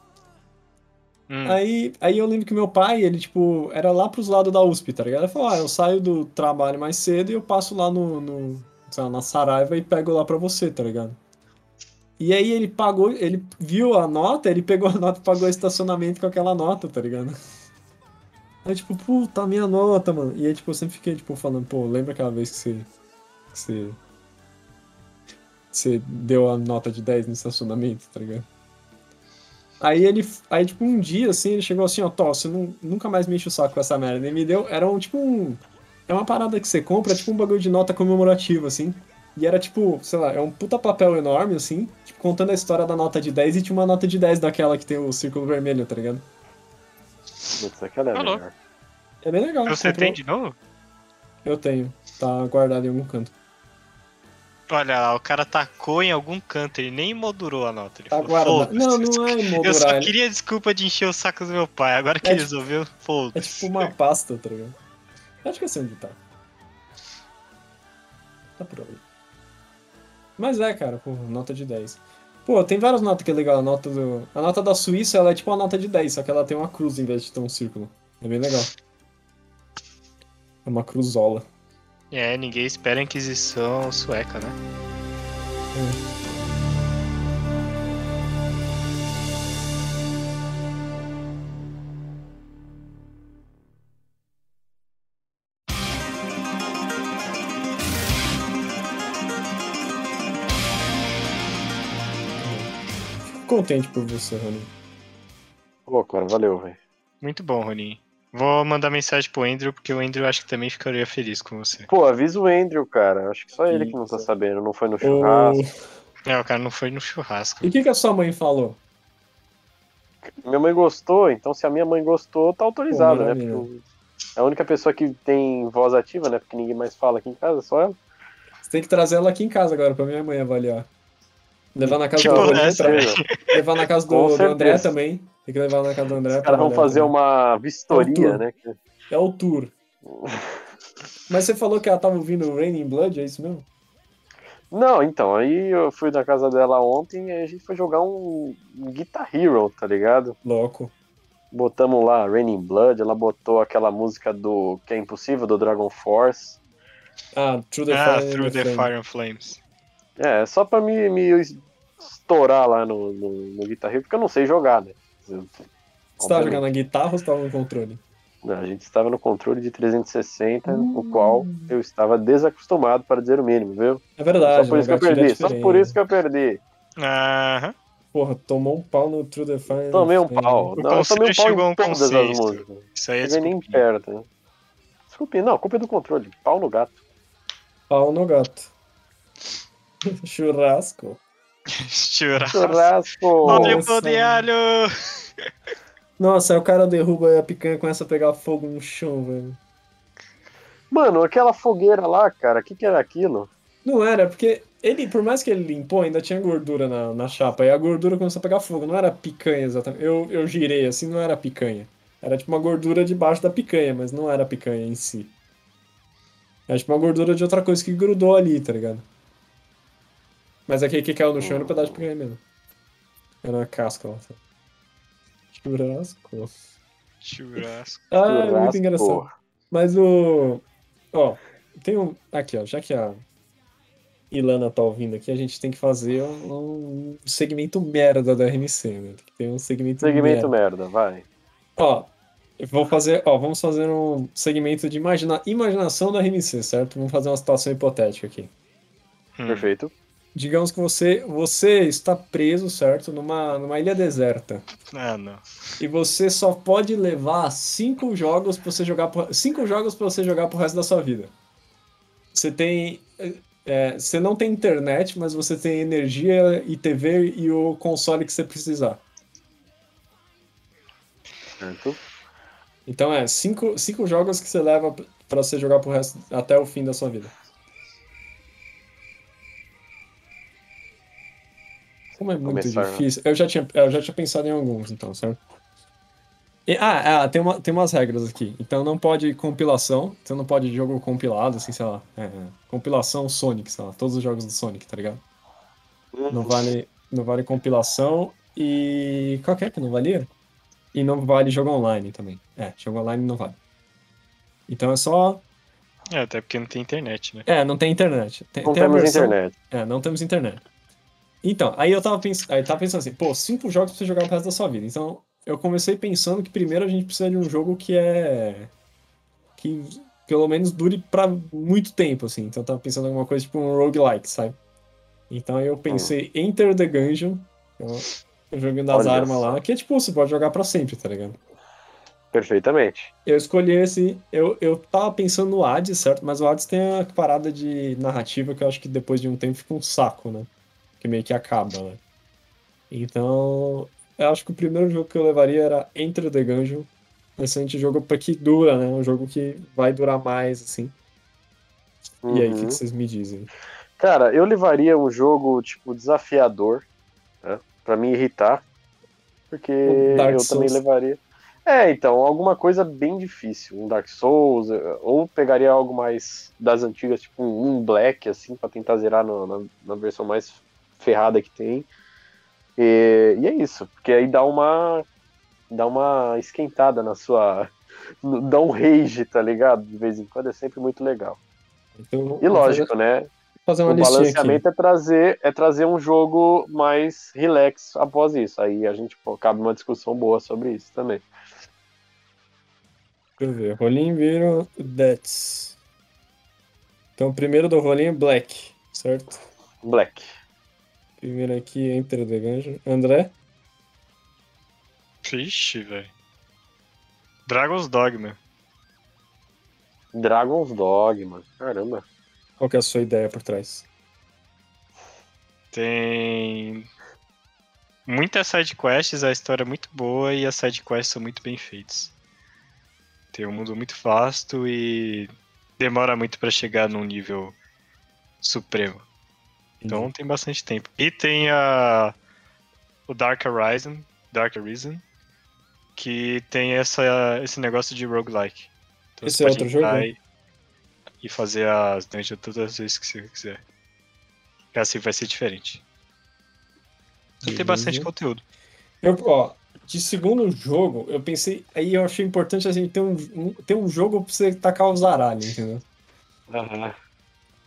Hum.
Aí, aí eu lembro que meu pai, ele, tipo, era lá pros lados da USP, tá ligado? Ele falou, ah, eu saio do trabalho mais cedo e eu passo lá no, no sei lá, na Saraiva e pego lá pra você, tá ligado? E aí ele pagou, ele viu a nota, ele pegou a nota e pagou o estacionamento com aquela nota, tá ligado? Aí, tipo, puta, minha nota, mano. E aí, tipo, eu sempre fiquei, tipo, falando, pô, lembra aquela vez que você... Que você... Você deu a nota de 10 no estacionamento, tá ligado? Aí ele, aí tipo um dia assim, ele chegou assim, ó, Tó, você não, nunca mais me enche o saco com essa merda. Ele me deu, era um tipo um, é uma parada que você compra, tipo um bagulho de nota comemorativa assim. E era tipo, sei lá, é um puta papel enorme assim, tipo contando a história da nota de 10 e tinha uma nota de 10 daquela que tem o círculo vermelho, tá ligado?
Putz, sacanagem.
Alô.
cara.
É bem legal.
Você
comprou-
tem de novo?
Eu tenho. Tá guardado em algum canto.
Olha lá, o cara tacou em algum canto, ele nem moldurou a nota. Ele
Tá
falou,
guardado.
"Foda-se,
Não,
eu só-
não é
Eu só
moldurar. ele-
queria desculpa de encher o saco do meu pai, agora que
É
ele
tipo-
resolveu,
É
foda-se.
tipo uma pasta, tá ligado? Eu acho que eu sei onde tá. Tá por aí. Mas é, cara, pô, nota de 10. Pô, tem várias notas que é legal. A nota, do... a nota da Suíça, ela é tipo uma nota de 10, só que ela tem uma cruz em vez de ter um círculo. É bem legal. É uma cruzola.
É, ninguém espera a Inquisição sueca, né?
Fico contente por você, Rony.
Pô, cara, valeu, velho.
Muito bom, Ronin. Vou mandar mensagem pro Andrew, porque o Andrew acho que também ficaria feliz com você.
Pô, avisa o Andrew, cara. Acho que só ele que não tá
Isso.
sabendo. Não foi no
Ô,
churrasco.
É, o cara não foi no churrasco.
E o que, que a sua mãe falou?
Minha mãe gostou, então se a minha mãe gostou, tá autorizado,
Pô,
né?
maravilha.
Porque é a única pessoa que tem voz ativa, né? Porque ninguém mais fala aqui em casa, só ela.
Você tem que trazer ela aqui em casa agora pra minha mãe avaliar. Levar na casa
Tipo,
do
Então,
Rony
né,
e
beleza.
trazer. Levar na casa
Com
do, do André
certeza.
também. Tem que levar na casa do André.
Os caras vão
trabalhar
fazer
também.
uma vistoria,
Arthur.
né?
É o tour. Mas você falou que ela tava ouvindo Raining Blood, é isso mesmo?
Não, então, aí eu fui na casa dela ontem e a gente foi jogar um um Guitar Hero, tá ligado?
Louco.
Botamos lá Raining Blood, ela botou aquela música do Que é Impossível, do Dragon Force.
Ah, Through the
ah,
Fire.
Through
and the
the
Flame.
Fire and Flames.
É, só pra me, me estourar lá no, no, no Guitar Hero, porque eu não sei jogar, né? Eu-
Você tava jogando na guitarra ou você tava no controle?
Não, né, A gente estava no controle de 360, o qual eu estava desacostumado, para dizer o mínimo, viu?
É verdade.
só por isso que eu
gatilho é
perdi, só
diferente.
por isso que eu perdi.
Aham.
Porra, tomou um pau no Through the Fire. né? and
Tomei um
Flame.
pau.
O
Não, eu tomei um
conselho chegou a
pau
um
em todas as
consenso.
músicas.
Isso aí é
Cheguei nem
desculpinha.
perto, né? Desculpe, não, a culpa é do controle. Pau no gato.
Pau no gato. Churrasco.
Churrasco.
Churrasco!
Olha o
Nossa.
pão de alho!
Nossa, aí o cara derruba a picanha e começa a pegar fogo no chão, velho.
Mano, aquela fogueira lá, cara, o que, que era aquilo?
Não era, porque ele, por mais que ele limpou, ainda tinha gordura na, na chapa. E a gordura começou a pegar fogo. Não era picanha exatamente. Eu, eu girei assim, não era picanha. Era tipo uma gordura debaixo da picanha, mas não era picanha em si. Era tipo uma gordura de outra coisa que grudou ali, tá ligado? Mas aquele que caiu no chão era um pedaço de picanha mesmo. Era uma casca lá. sabe? Churrasco.
Churrasco.
Tipo, Ah, é muito
Churrasco,
engraçado.
porra.
Mas o. Ó, tem um. Aqui, ó. Já que a Ilana tá ouvindo aqui, a gente tem que fazer um, um segmento merda da RMC, né? Tem que ter um segmento,
Segmento
merda.
merda, vai.
Ó, eu vou fazer. Ó, vamos fazer um segmento de imagina... imaginação da RMC, certo? Vamos fazer uma situação hipotética aqui.
Hum.
Perfeito.
Digamos que você, você está preso, certo? Numa, numa ilha deserta.
Ah, não.
E você só pode levar cinco jogos para você jogar pro- cinco jogos para você jogar pro resto da sua vida. Você tem eh, eh, você não tem internet, mas você tem energia e TV e o console que você precisar.
Certo.
Então é cinco, cinco jogos que você leva para você jogar pro resto até o fim da sua vida. Como é muito
Começar, né?
difícil. Eu já tinha eu já tinha pensado em alguns, então, certo? E- ah, ah, tem, uma, tem umas regras aqui. Então não pode compilação. Você não pode jogo compilado, assim, sei lá. é, compilação Sonic, sei lá. Todos os jogos do Sonic, tá ligado? Não vale, não vale compilação e. Qual que é que não valia? E não vale jogo online também. É, jogo online não vale. Então é só.
É, até porque não tem internet, né?
É, não tem internet. Tem,
Não
tem a
temos
versão-
internet.
É, não temos internet. Então, aí eu tava, pens... aí eu tava pensando assim, pô, cinco jogos pra você jogar o resto da sua vida. Então, eu comecei pensando que primeiro a gente precisa de um jogo que é. que pelo menos dure pra muito tempo, assim. Então, eu tava pensando em alguma coisa tipo um roguelike, sabe? Então, aí eu pensei Enter the Gungeon, que é o jogo das
Olha
armas
só.
lá, que é tipo, você pode jogar pra sempre, tá ligado?
Perfeitamente.
Eu escolhi esse. Eu, eu tava pensando no Hades, certo? Mas o Hades tem a parada de narrativa que eu acho que depois de um tempo fica um saco, né? Que meio que acaba, né? Então, eu acho que o primeiro jogo que eu levaria era Enter the Gungeon. Excelente jogo pra que dura, né? Um jogo que vai durar mais, assim. E aí, o que,
Uhum.
que vocês me dizem?
Cara, eu levaria um jogo, tipo, desafiador, né? Pra me irritar. Porque
Um Dark
eu também
Souls.
levaria. É, então, alguma coisa bem difícil. Um Dark Souls, eh, ou pegaria algo mais das antigas, tipo um Black, assim, pra tentar zerar na, na- na versão mais ferrada que tem. E, e é isso, porque aí dá uma. dá uma esquentada na sua. dá um rage, tá ligado? De vez em quando é sempre muito legal.
Então,
E lógico, né?
Vou fazer uma
O
listinha aqui.
balanceamento é trazer, é trazer um jogo mais relax após isso. Aí a gente pô, cabe uma discussão boa sobre isso também.
Deixa eu ver. Rolim Viro Deaths. Então, o primeiro do Rolim é Black, certo?
Black.
Primeiro aqui, Enter the Gungeon. André?
Vixe, velho. Dragon's Dogma.
Dragon's Dogma. Caramba.
Qual que é a sua ideia por trás?
Tem muitas side quests, a história é muito boa e as side quests são muito bem feitas. Tem um mundo muito vasto e demora muito pra chegar num nível supremo. Então
Uhum.
tem bastante tempo. E tem a o Dark Horizon, Dark Horizon, que tem essa esse negócio de roguelike. Então
Esse
você
é
pode
outro jogo,
entrar
né?
E, e fazer as dungeons todas as vezes que você quiser. É assim vai ser diferente. Então tem
Uhum.
bastante
Beleza.
conteúdo.
Eu, ó, de segundo jogo, eu pensei. Aí eu achei importante assim, ter um, um- ter um jogo pra você tacar os zaralhos, entendeu?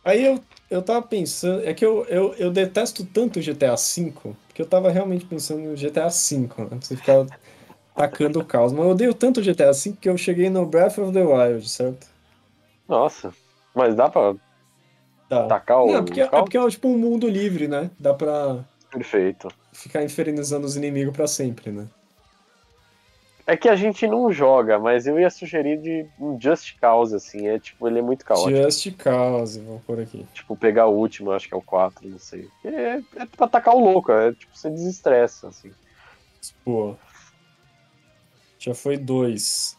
Aí eu, eu tava pensando. É que eu, eu, eu detesto tanto o GTA V, porque eu tava realmente pensando no GTA V, né? Pra você ficar tacando o caos. Mas eu odeio tanto o GTA V que eu cheguei no Breath of the Wild, certo?
Nossa. Mas dá pra
Tá.
atacar o.
Não, porque, é
local?
porque é tipo um mundo livre, né? Dá pra
Perfeito.
ficar infernizando os inimigos pra sempre, né?
É que a gente não joga, mas eu ia sugerir de um Just Cause, assim. É tipo, ele é muito caótico.
Just Cause, vou pôr aqui.
Tipo, pegar o último, eu acho que é o 4, não sei. É, é pra atacar o louco, é tipo, você desestressa, assim.
Pô. Já foi dois.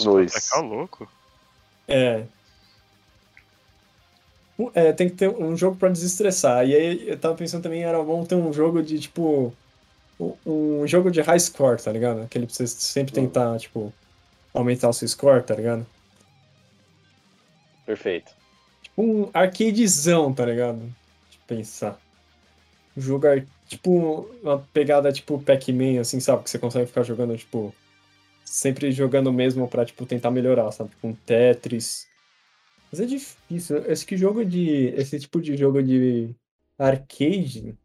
Dois.
Tá louco?
É. Pô, É, tem que ter um jogo pra desestressar. E aí eu tava pensando também, era bom ter um jogo de tipo. um- Um jogo de high score, tá ligado? Aquele pra você sempre tentar, tipo, aumentar o seu score, tá ligado?
Perfeito.
Tipo um arcadezão, tá ligado? Deixa eu pensar. Um jogo, ar- tipo, uma pegada tipo Pac-Man, assim, sabe? Que você consegue ficar jogando, tipo, sempre jogando mesmo pra, tipo, tentar melhorar, sabe? Com Tetris. Mas é difícil. Esse que jogo de. Esse tipo de jogo de arcade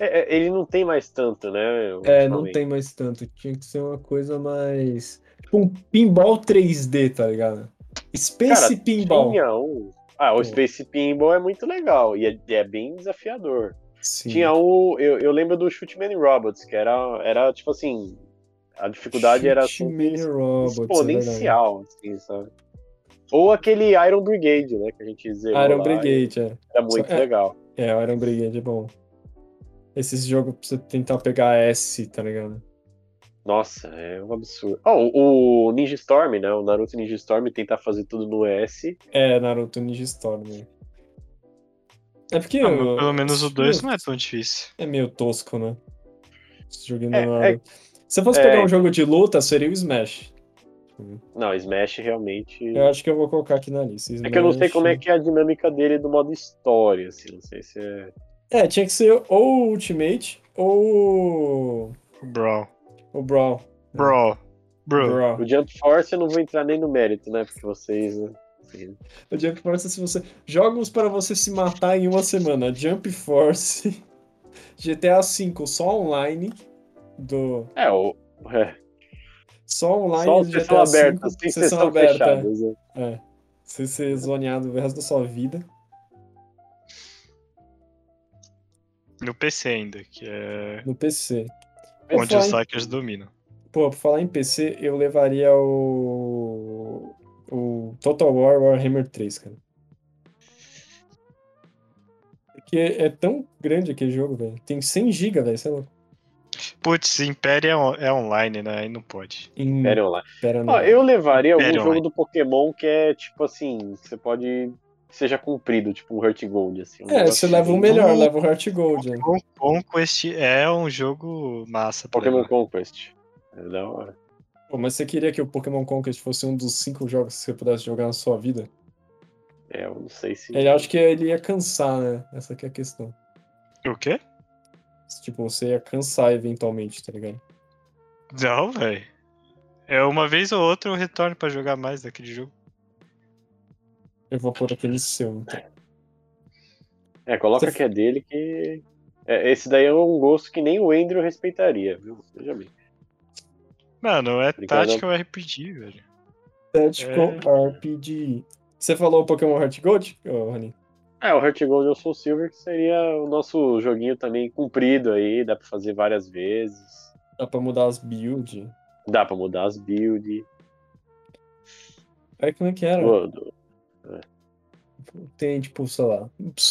É, é, ele não tem mais tanto, né?
é, não
ultimamente.
tem mais tanto. Tinha que ser uma coisa mais. Tipo um pinball 3D, tá ligado? Space
Cara,
Pinball.
Tinha um. Ah, o
Pô.
Space Pinball é muito legal e é, é bem desafiador.
Sim.
Tinha um. Eu, eu lembro do Shootman Robots, que era, era tipo assim. A dificuldade era
Shoot
assim,
Mini Robots, é verdade.
exponencial, assim, sabe? Ou aquele Iron Brigade, né? Que a gente zerou.
Iron
lá,
Brigade, é.
Era muito
É.
legal.
É, o Iron Brigade é bom. Esses jogos pra você tentar pegar S, tá ligado?
Nossa, é um absurdo. Ah, o, o Ninja Storm, né? O Naruto Ninja Storm tentar fazer tudo no S.
É, Naruto Ninja Storm. né? É porque.
Ah,
eu-
mas pelo menos o
esse
2
jogo
não é tão difícil.
É meio tosco, né? Esse joguinho do
É,
Naruto. Se eu fosse
é.
pegar um jogo de luta, seria o Smash.
Não, Smash realmente.
Eu acho que eu vou colocar aqui na lista.
É que eu não sei
É, Smash.
como é que é a dinâmica dele do modo história, assim. Não sei se é.
É, tinha que ser ou o Ultimate ou
Brawl.
o Brawl.
Brawl. Brawl.
Brawl.
O Jump Force eu não vou entrar nem no mérito, né? Porque vocês. né, assim,
O Jump Force é se você. Jogos para você se matar em uma semana. Jump Force. GTA V só online. Do...
É, o. É,
Só online.
só
do
sessão
GTA V,
aberta, sem sessão fechada. né?
É. Você ser zoneado o resto da sua vida.
No PC ainda, que é
No PC. Por
onde
falar
os
em-
hackers dominam.
Pô, pra falar em PC, eu levaria o. O Total War Warhammer 3, cara. Porque é tão grande aquele jogo, velho. Tem 100 GB, velho, sei lá.
Putz, Império é, on- é online, né? Aí não pode.
Em...
Pera lá.
Pera, não.
Ó, eu levaria algum
Pera,
jogo
vai.
do Pokémon que é tipo assim, você pode. que Seja cumprido, tipo um Hurt Gold, assim. um
É,
negócio
você leva o
assim.
melhor,
Hum.
leva o Heart Gold. né?
Pokémon Conquest é um jogo massa. pra
Pokémon
levar.
Conquest. É da hora.
Pô, mas você queria que o Pokémon Conquest fosse um dos cinco jogos que você pudesse jogar na sua vida?
É, eu não sei se.
Ele acho que ele ia cansar, né? Essa que é a questão.
O quê?
Tipo, você ia cansar eventualmente, tá ligado?
Não, velho. É uma vez ou outra eu retorno pra jogar mais daquele jogo.
Eu vou pôr aquele seu. então.
É, coloca
Você-
que é dele que. É, esse daí é um gosto que nem o Andrew respeitaria, viu? Veja bem.
Mano, é
Obrigado.
tática ou RPG, velho.
Tactical
É.
RPG. Você falou Pokémon Heart Gold, ô, Rony?
É, o Heart Gold eu sou Silver, que seria o nosso joguinho também comprido aí, dá pra fazer várias vezes,
Dá pra mudar as builds?
dá pra mudar as builds.
Aí como é que era?
Mano,
Tem, tipo, sei lá.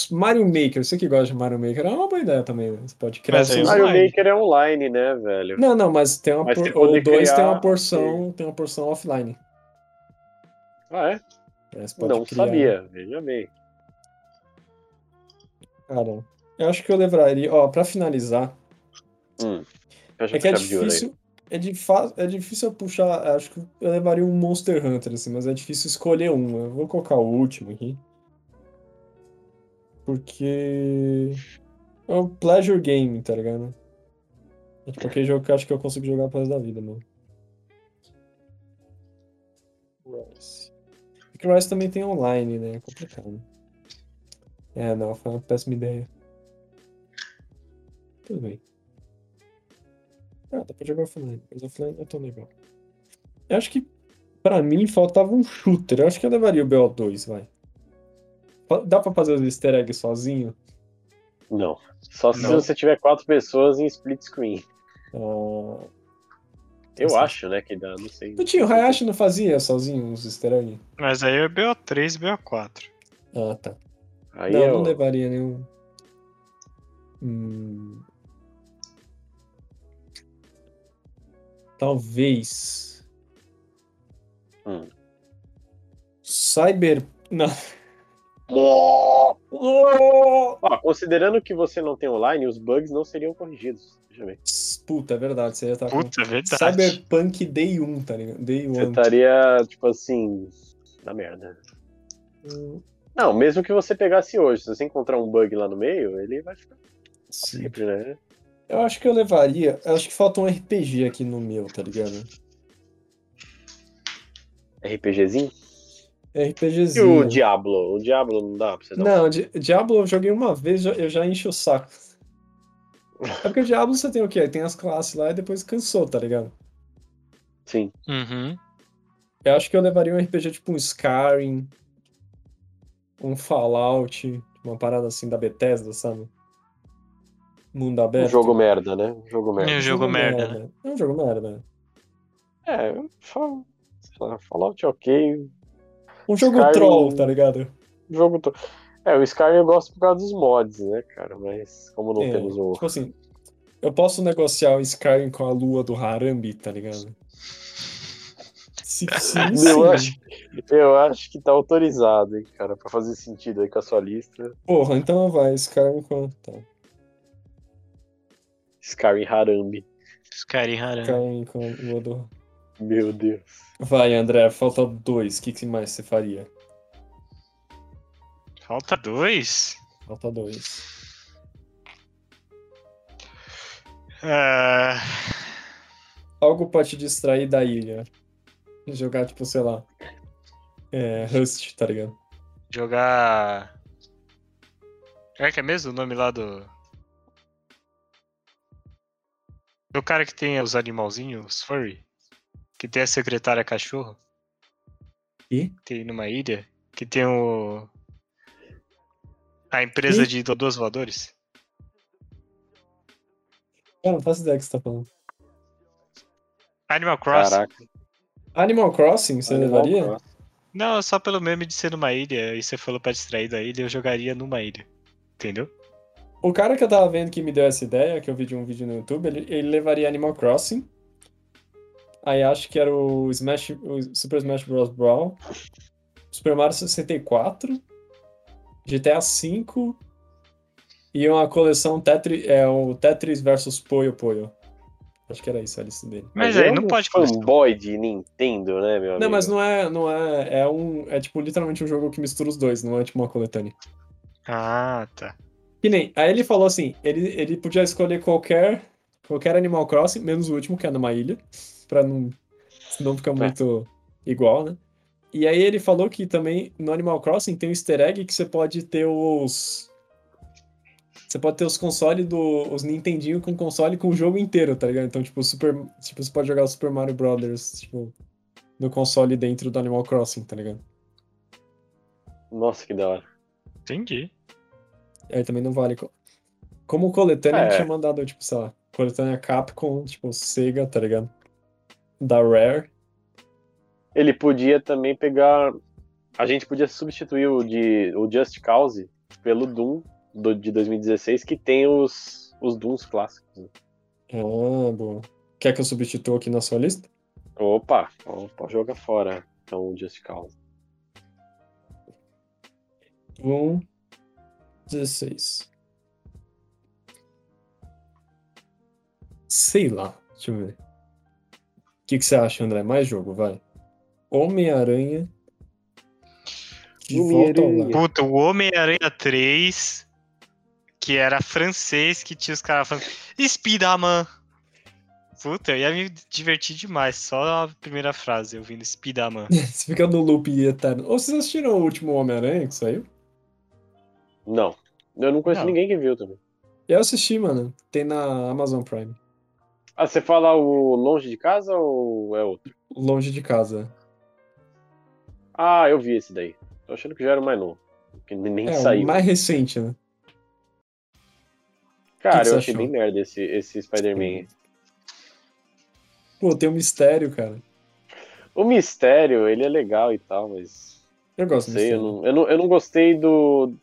Mario Maker, você que gosta de Mario Maker, é uma boa ideia também, né? Você pode criar
Mas aí
seus
o
Mario
online.
Maker é online, né, velho?
Não, não, mas tem uma
Mas
por...
você pode
o dois tem
criar-
uma porção, tem uma porção offline.
Ah, é?
né? Você pode
Não
criar.
sabia, veja bem.
Cara, eu acho que eu levaria, ó, pra finalizar,
Fecha
é que é
com chave de ouro aí.
difícil, é, de fa... é difícil eu puxar, acho que eu levaria um Monster Hunter, assim, mas é difícil escolher um, eu vou colocar o último aqui, porque é um pleasure game, tá ligado? É tipo aquele jogo que eu acho que eu consigo jogar pro resto da vida, mano. Rise. É que o Rise também tem online, né? É complicado. É, não, foi uma péssima ideia. Tudo bem. Ah, dá pra jogar offline, mas offline não é tão legal. Eu acho que, pra mim, faltava um shooter. Eu acho que eu levaria o BO2, vai. Fa- Dá pra fazer os easter eggs sozinho?
Não. Só se
Não.
você tiver quatro pessoas em split screen.
Ah,
Eu
Sim.
acho, né, que dá, não sei.
Não tinha, o Hayashi não fazia sozinho os easter eggs?
Mas aí é BO3, BO4.
Ah, tá.
Aí
não,
é
não
o-
levaria nenhum. Hum. Talvez.
Hum.
Cyber. Não.
Ó,
Oh!
considerando que você não tem online, os bugs não seriam corrigidos. Veja bem.
Puta, é verdade, você ia estar com
Puta, é verdade.
Cyberpunk Day 1, tá ligado? Day 1.
Você estaria, tipo assim, na merda. Não, mesmo que você pegasse hoje, se você encontrar um bug lá no meio, ele vai ficar
Sim.
sempre, né?
Eu acho que eu levaria. eu Acho que falta um RPG aqui no meu, tá ligado?
RPGzinho? E
RPGzinho.
o Diablo? O Diablo não dá pra você dar um-
Não, Di- Diablo eu joguei uma vez, já- eu já enchi o saco. É porque o Diablo você tem o quê? Tem as classes lá e depois cansou, tá ligado?
Sim.
Uhum.
Eu acho que eu levaria um RPG tipo um Skyrim, um Fallout, uma parada assim da Bethesda, sabe? Mundo aberto.
Um jogo merda, né? Um jogo merda.
É um jogo merda, né?
É um jogo merda.
É, fal- sei lá, Fallout é ok.
Um jogo
Skyrim-
troll, tá ligado?
Jogo. to- É, o Skyrim eu gosto por causa dos mods, né, cara? Mas como não
É,
temos o.
Tipo assim, eu posso negociar o Skyrim com a lua do Harambe, tá ligado? Se, se, se,
Eu acho, eu acho que tá autorizado, hein, cara, pra fazer sentido aí com a sua lista.
Porra, então vai, Skyrim com. Tá,
Skyrim Harambe.
Os caras erraram.
Skyrim com a lua do.
Meu Deus.
Vai, André, falta dois. O que, que mais você faria?
Falta dois.
Falta dois.
Ah,
Algo pra te distrair da ilha. Jogar, tipo, sei lá. É, Rust, tá ligado?
jogar. É que é mesmo o nome lá do. Do cara que tem os animalzinhos, os furry. Que tem a secretária cachorro.
E?
Tem numa ilha. Que tem o. A empresa
E?
de dodôs voadores.
Cara, não faço ideia do que você tá falando.
Animal Crossing.
Caraca.
Animal Crossing, você
Animal
levaria?
Crossing.
Não, só pelo meme de ser numa ilha, e você falou pra distrair da ilha, eu jogaria numa ilha. Entendeu?
O cara que eu tava vendo que me deu essa ideia, que eu vi de um vídeo no YouTube, ele, ele levaria Animal Crossing. Aí acho que era o Smash, o Super Smash Bros. Brawl, Super Mario 64, GTA V e uma coleção Tetris, é o Tetris versus Poyo Poyo. Acho que era isso a lista dele.
Mas
é
aí
um
não pode começar.
Fanboy de Nintendo, né, meu amigo?
Não, mas não é, não é, é um, é tipo literalmente um jogo que mistura os dois, não é tipo uma coletânea.
Ah, tá.
Que nem, aí ele falou assim, ele, ele podia escolher qualquer, qualquer Animal Crossing, menos o último, que é numa ilha, pra não, não ficar muito igual, né? E aí ele falou que também no Animal Crossing tem um easter egg que você pode ter os... Você pode ter os consoles do... os Nintendinho com console com o jogo inteiro, tá ligado? Então, tipo, Super, tipo, você pode jogar o Super Mario Brothers, tipo, no console dentro do Animal Crossing, tá ligado?
Nossa, que da hora.
Entendi.
Aí É, também não vale. co- Como coletânea,
É.
eu tinha mandado, tipo, sei lá, coletânea Capcom, tipo, Sega, tá ligado? Da Rare.
Ele podia também pegar. A gente podia substituir o de o Just Cause pelo Doom do, de 2016, que tem os, os Dooms clássicos. né?
Ah, boa. Quer que eu substitua aqui na sua lista?
Opa, opa, joga fora. Então, o Just Cause.
Um, 16. Sei lá, deixa eu ver. O que, que você acha, André? Mais jogo, vai. Homem-Aranha. De volta ao
Homem-Aranha.
lar.
Puta, o Homem-Aranha 3, que era francês, que tinha os caras falando. Spiderman! Puta, eu ia me divertir demais, só a primeira frase, eu ouvindo Spiderman.
Você fica no loop eterno. Ou vocês assistiram o último Homem-Aranha que saiu?
Não. Eu não conheço
Não.
ninguém que viu também.
Eu assisti, mano. Tem na Amazon Prime.
Ah, você fala o Longe de Casa ou é outro?
Longe de casa.
Ah, eu vi esse daí. Tô achando que já era o mais novo. Que nem
É, o
saiu.
mais recente, né?
Cara,
que
eu
você
achei
achou?
bem merda esse, esse Spider-Man.
Pô, tem um mistério, cara.
O mistério, ele é legal e tal, mas.
Eu
Não
gosto do
sei, eu
mistério.
não, eu, não, eu não gostei do.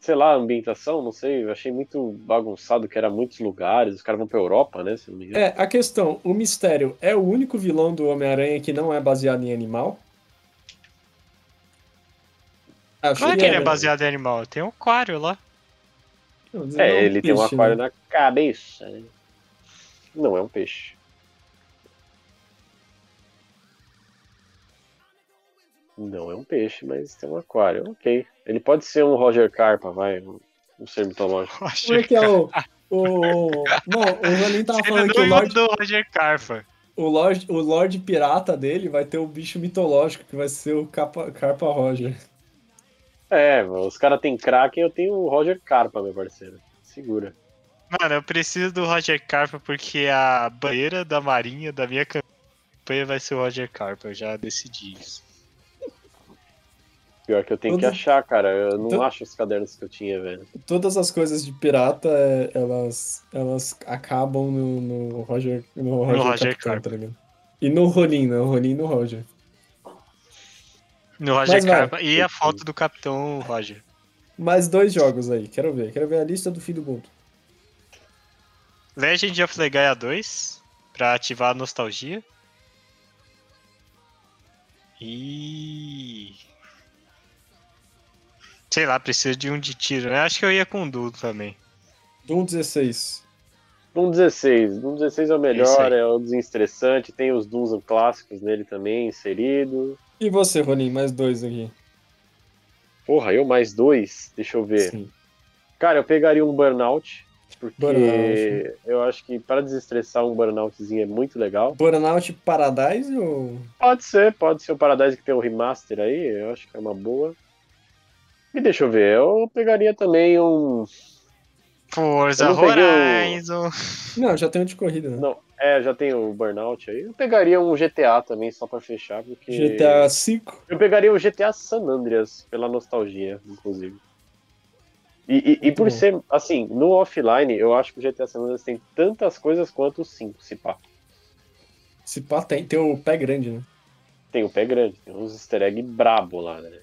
Sei lá, a ambientação, não sei. Eu achei muito bagunçado, que era muitos lugares. Os caras vão pra Europa, né? Se não me engano.
É, a questão, o mistério é o único vilão do Homem-Aranha que não é baseado em animal? Acho
Como é que ele é
né?
baseado em animal? Tem um aquário lá.
Não, não
É,
um
ele tem um
peixe,
aquário
né?
na cabeça, né? Não é um peixe. Não é um peixe, mas tem um aquário. Ok. Ele pode ser um Roger Carpa, vai. Um, um ser mitológico.
Eu
Como é
achei-
que é o, O... Bom, o Rolim tava
Ele
falando que
não é
o Lorde,
mandou o Roger Carfa.
o, Lorde, o Lorde Pirata dele vai ter o bicho mitológico, que vai ser o Capa, Carpa Roger.
É, mano, os caras têm Kraken, eu tenho o Roger Carpa, meu parceiro. Segura.
Mano, eu preciso do Roger Carpa porque a banheira da Marinha da minha campanha vai ser o Roger Carpa. Eu já decidi isso.
Pior que eu tenho que
Todos-
achar, cara. Eu não
to-
acho os cadernos que eu tinha, velho.
Todas as coisas de pirata, é, elas, elas acabam no, no Roger, no Roger,
Roger
Capitão,
Carpa.
tá ligado? E no Rolim, né? O Rolim e no Roger.
No Roger
Mas, velho,
Carpa e a foto do Capitão Roger.
Mais dois jogos aí, quero ver. Quero ver a lista do fim do mundo.
Legend of Legaia 2 pra ativar a nostalgia. E. Sei lá, precisa de um de tiro, né? Acho que eu ia com o Dudo também.
Doom 16.
Doom 16. Doom 16 é o
Isso
melhor,
aí.
é o desestressante. Tem os Dooms clássicos nele também inserido.
E você, Rolim? Mais dois aqui.
Porra, eu mais dois? Deixa eu ver.
Sim.
Cara, eu pegaria um Burnout. Porque
Burnout.
eu acho que para desestressar um Burnoutzinho é muito legal.
Burnout Paradise ou...
Pode ser, pode ser o Paradise que tem um remaster aí, eu acho que é uma boa. E deixa eu ver, eu pegaria também um.
Forza
Eu não peguei o-
Horizon.
Não, já tem um de corrida, né?
Não, é, já tem o Burnout aí. Eu pegaria um GTA também, só pra fechar, porque.
GTA V.
Eu pegaria o GTA San Andreas, pela nostalgia, inclusive. E, e- e por
bom.
ser, assim, no offline, eu acho que o GTA San Andreas tem tantas coisas quanto o 5, se pá.
Se pá, tem, tem o pé grande, né?
Tem o pé grande, tem uns easter egg brabo lá, né?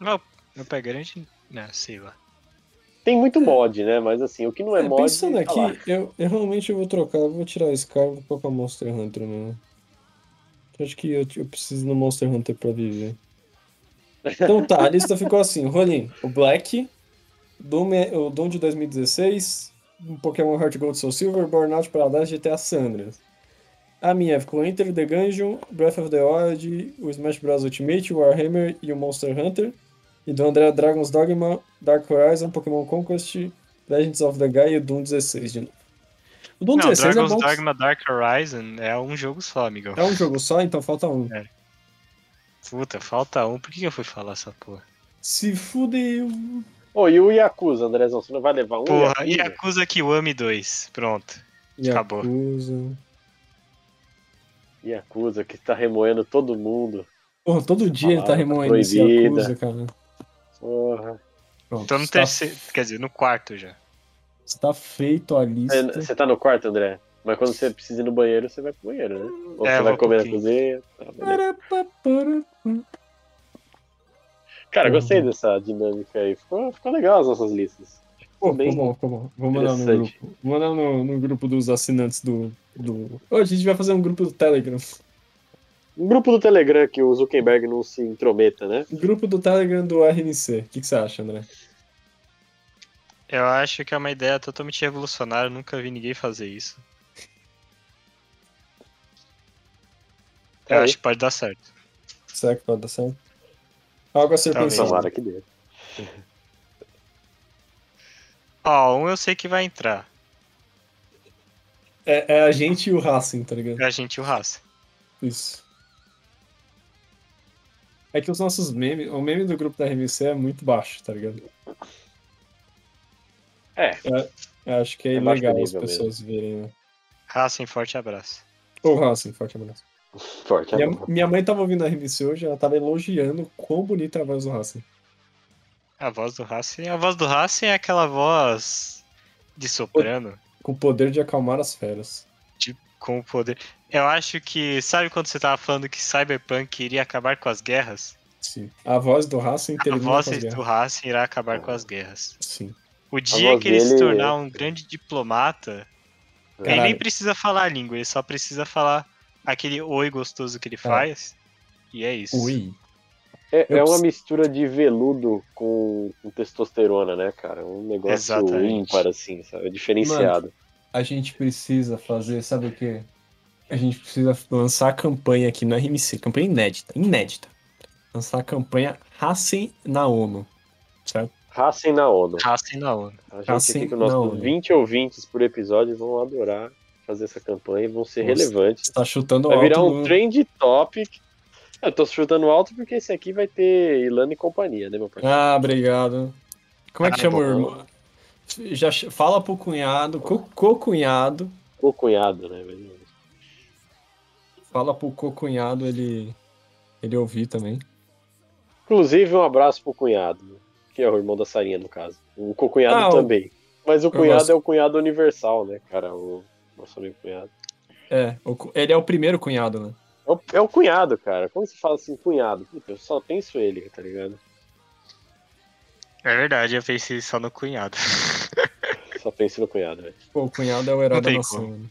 Não, não pé grande? um Não, sei lá.
Tem muito mod, né? Mas assim, o que não é,
É,
mod.
pensando
tá
aqui,
lá.
eu, eu realmente vou trocar, eu vou tirar esse cara e vou colocar Monster Hunter, mano. Eu acho que eu, eu preciso no Monster Hunter pra viver. Então tá, a lista ficou assim, Rolim, o Black, Doom, é- o Doom de 2016, um Pokémon Heart Gold Soul Silver, Burnout Paradise, GTA Sandras. A minha ficou Enter the Gungeon, Breath of the Wild, o Smash Bros Ultimate, o Warhammer e o Monster Hunter. E do André Dragon's Dogma, Dark Horizon, Pokémon Conquest, Legends of the Gaia e Doom 16 de novo. O Doom
Não,
16 é
Dragon's
bom. que-
Dogma Dark Horizon é um jogo só, amigão.
É um jogo só, então falta um.
Puta, falta um. Por que que eu fui falar essa porra?
Se fudeu.
Ô, e o Yakuza, Andrezão, você não vai levar um?
Porra,
Yakuza?
Yakuza Kiwami 2. Pronto. Acabou.
Yakuza.
Yakuza, que tá remoendo todo mundo.
Porra, todo dia ele tá
Palavra
remoendo esse
proibida.
Yakuza, cara.
Porra.
Pronto,
Tô no
está,
terceiro. Quer dizer, no quarto já.
está feito a
Você-
lista.
Você tá no quarto, André? Mas quando você precisa ir no banheiro, você vai pro banheiro, né? Ou
É,
você vai
vou
comer
um
na cozinha. tá, beleza.
Parapapara.
Cara, gostei
Uhum.
dessa dinâmica aí. Ficou, ficou legal as nossas listas.
Pô,
Bem
ficou bom, ficou bom. Vou mandar no
interessante.
grupo. Vou mandar no, no grupo dos assinantes do. do... Ô, a gente vai fazer um grupo do Telegram.
Um grupo do Telegram que o Zuckerberg não se intrometa, né?
Grupo do Telegram do RNC. O que, que você acha, André?
Eu acho que é uma ideia totalmente revolucionária. eu Nunca vi ninguém fazer isso. Eu
Aí.
acho que pode dar certo.
Será que pode dar certo? Algo a
Tá
ser
Talvez.
pensado.
Tomara que dê.
Ó, um eu sei que vai entrar.
É, é a gente e o Racing, tá ligado?
É a gente e o Raça.
Isso. É que os nossos memes, o meme do grupo da RMC é muito baixo, tá ligado?
É.
Eu acho que é,
É baixo
legal as
nível
pessoas verem, né?
Raça, um forte abraço.
Ô, Racing, forte abraço.
Forte.
Minha,
né?
minha mãe tava ouvindo a RMC hoje, ela tava elogiando quão bonita é a voz do Racing.
A voz do Raça. A voz do Raça é aquela voz de soprano.
Com o poder de acalmar as feras.
com o poder. Eu acho que. Sabe quando você tava falando que Cyberpunk iria acabar com as guerras?
Sim. A voz do Racing
A
termina
voz
com as guerras.
do Racing irá acabar com as guerras.
Sim.
O dia
voz
que ele se
dele- é
tornar um grande diplomata, ele nem
Caralho.
precisa falar a língua, ele só precisa falar aquele oi gostoso que ele faz. E é isso.
É. Ui.
É,
Eu
é uma
preciso-
mistura de veludo com, com testosterona, né, cara? Um negócio
Exatamente.
ímpar, assim, sabe? Diferenciado.
A gente precisa fazer, sabe o quê? A gente precisa lançar a campanha aqui na RMC, campanha inédita, inédita. Lançar a campanha Racing na ONU, certo?
Racem na ONU.
Racem na ONU.
A gente
Racem
aqui com
na
nossos
ONU.
20 ouvintes por episódio vão adorar fazer essa campanha e vão ser
Nossa.
relevantes.
Você tá chutando
Vai
alto.
virar um
no-
trend topic. Eu tô chutando alto porque esse aqui vai ter Ilana e companhia, né, meu parceiro?
Ah, obrigado. Como é que
Ah,
chama o
bom.
irmão? Já ch- fala pro cunhado, co- co-cunhado.
O cunhado, né? velho?
Fala pro co-cunhado ele, ele ouvir também.
Inclusive, um abraço pro cunhado, né? que é o irmão da Sarinha, no caso. O cunhado
Ah, o-
também. Mas o
gosto.
cunhado é o cunhado universal, né, cara? O nosso amigo cunhado.
É, o cu- ele é o primeiro cunhado, né?
É o, é o cunhado, cara. Quando você fala assim, cunhado, puta, eu só penso ele, tá ligado?
É verdade, eu pensei só no cunhado.
Só penso no cunhado, velho.
Pô, o cunhado é o herói
Não
da
tem
nação.
como.
né?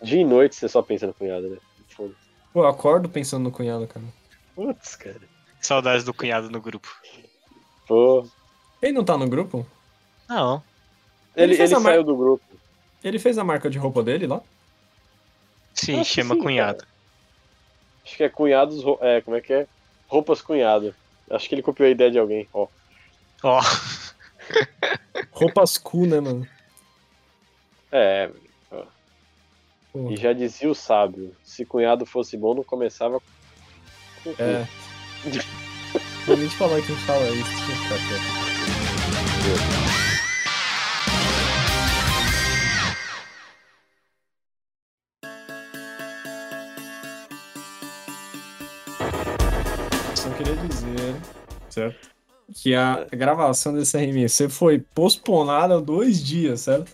Dia e noite você só pensa no cunhado, né? Foda.
Pô, eu acordo pensando no cunhado, cara.
Putz, cara.
Saudades do cunhado no grupo.
Pô.
Ele não tá no grupo?
Não.
Ele
Ele, ele,
fez a mar-
saiu do grupo.
Ele fez a marca de roupa dele lá?
Sim,
Acho que
chama
sim,
cunhado.
Acho que é cunhados. rou- É, como é que é? Roupas cunhado. Acho que ele copiou a ideia de alguém. Ó.
Ó,
Roupas cu, né, mano?
É,
Pô,
e já dizia o sábio: se cunhado fosse bom, não começava com. cu.
é. Vou nem te falar quem fala isso. deixa eu ficar quieto. Só queria dizer, certo? Que a gravação desse RMC foi postponada dois dias, certo?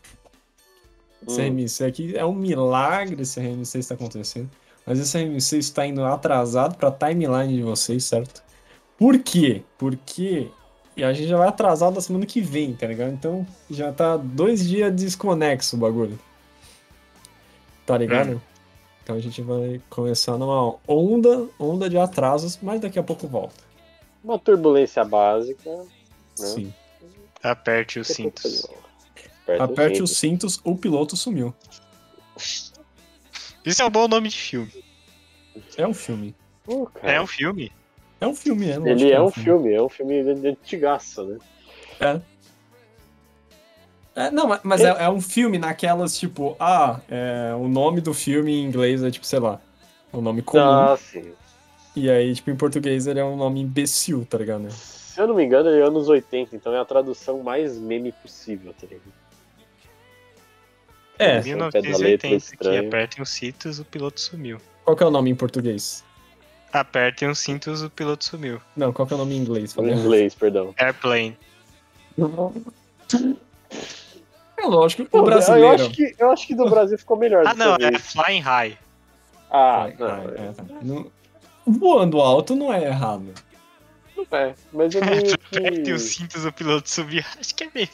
Esse
Hum.
RMC aqui é um milagre esse RMC está acontecendo. Mas esse RMC está indo atrasado para timeline de vocês, certo? Por quê? Porque e a gente já vai atrasado da semana que vem, tá ligado? Então já tá dois dias desconexo o bagulho. Tá ligado? Então a gente vai começar numa onda, onda de atrasos, mas daqui a pouco volta.
Uma turbulência básica. Né?
Sim.
aperte os cintos.
Aperta
Aperte
os
os cintos, o piloto sumiu.
Isso é um bom nome de filme.
É um filme.
cintos. Pô, cara.
É um filme?
É um filme, é lógico
Ele
que
é um filme, é um filme de- de antigaça, né?
É, não, ma- mas é, é um filme naquelas, tipo, ah, é, o nome do filme em inglês é tipo, sei lá, um nome comum.
Ah, sim.
E aí, tipo, em português ele é um nome imbecil, tá ligado?
Se eu não me engano, ele é anos 80, então é a tradução mais meme possível, tá ligado?
É,
Sim, o pé da letra
1980, que
estranho.
apertem os cintos, o piloto sumiu.
qual que é o nome em português?
Apertem os cintos, o piloto sumiu.
Não, qual que é o nome em inglês?
Em
Falei.
inglês, perdão.
Airplane.
É lógico,
Pô,
o brasileiro.
Eu acho, que, eu acho que do Brasil ficou melhor.
Ah,
do
não,
que eu vi.
é Flying High.
Ah,
Ah,
não,
é, tá. Não- Voando alto não é errado.
É, mas é meio
Apertem os
que.
cintos, o piloto sumiu. Acho que é meio.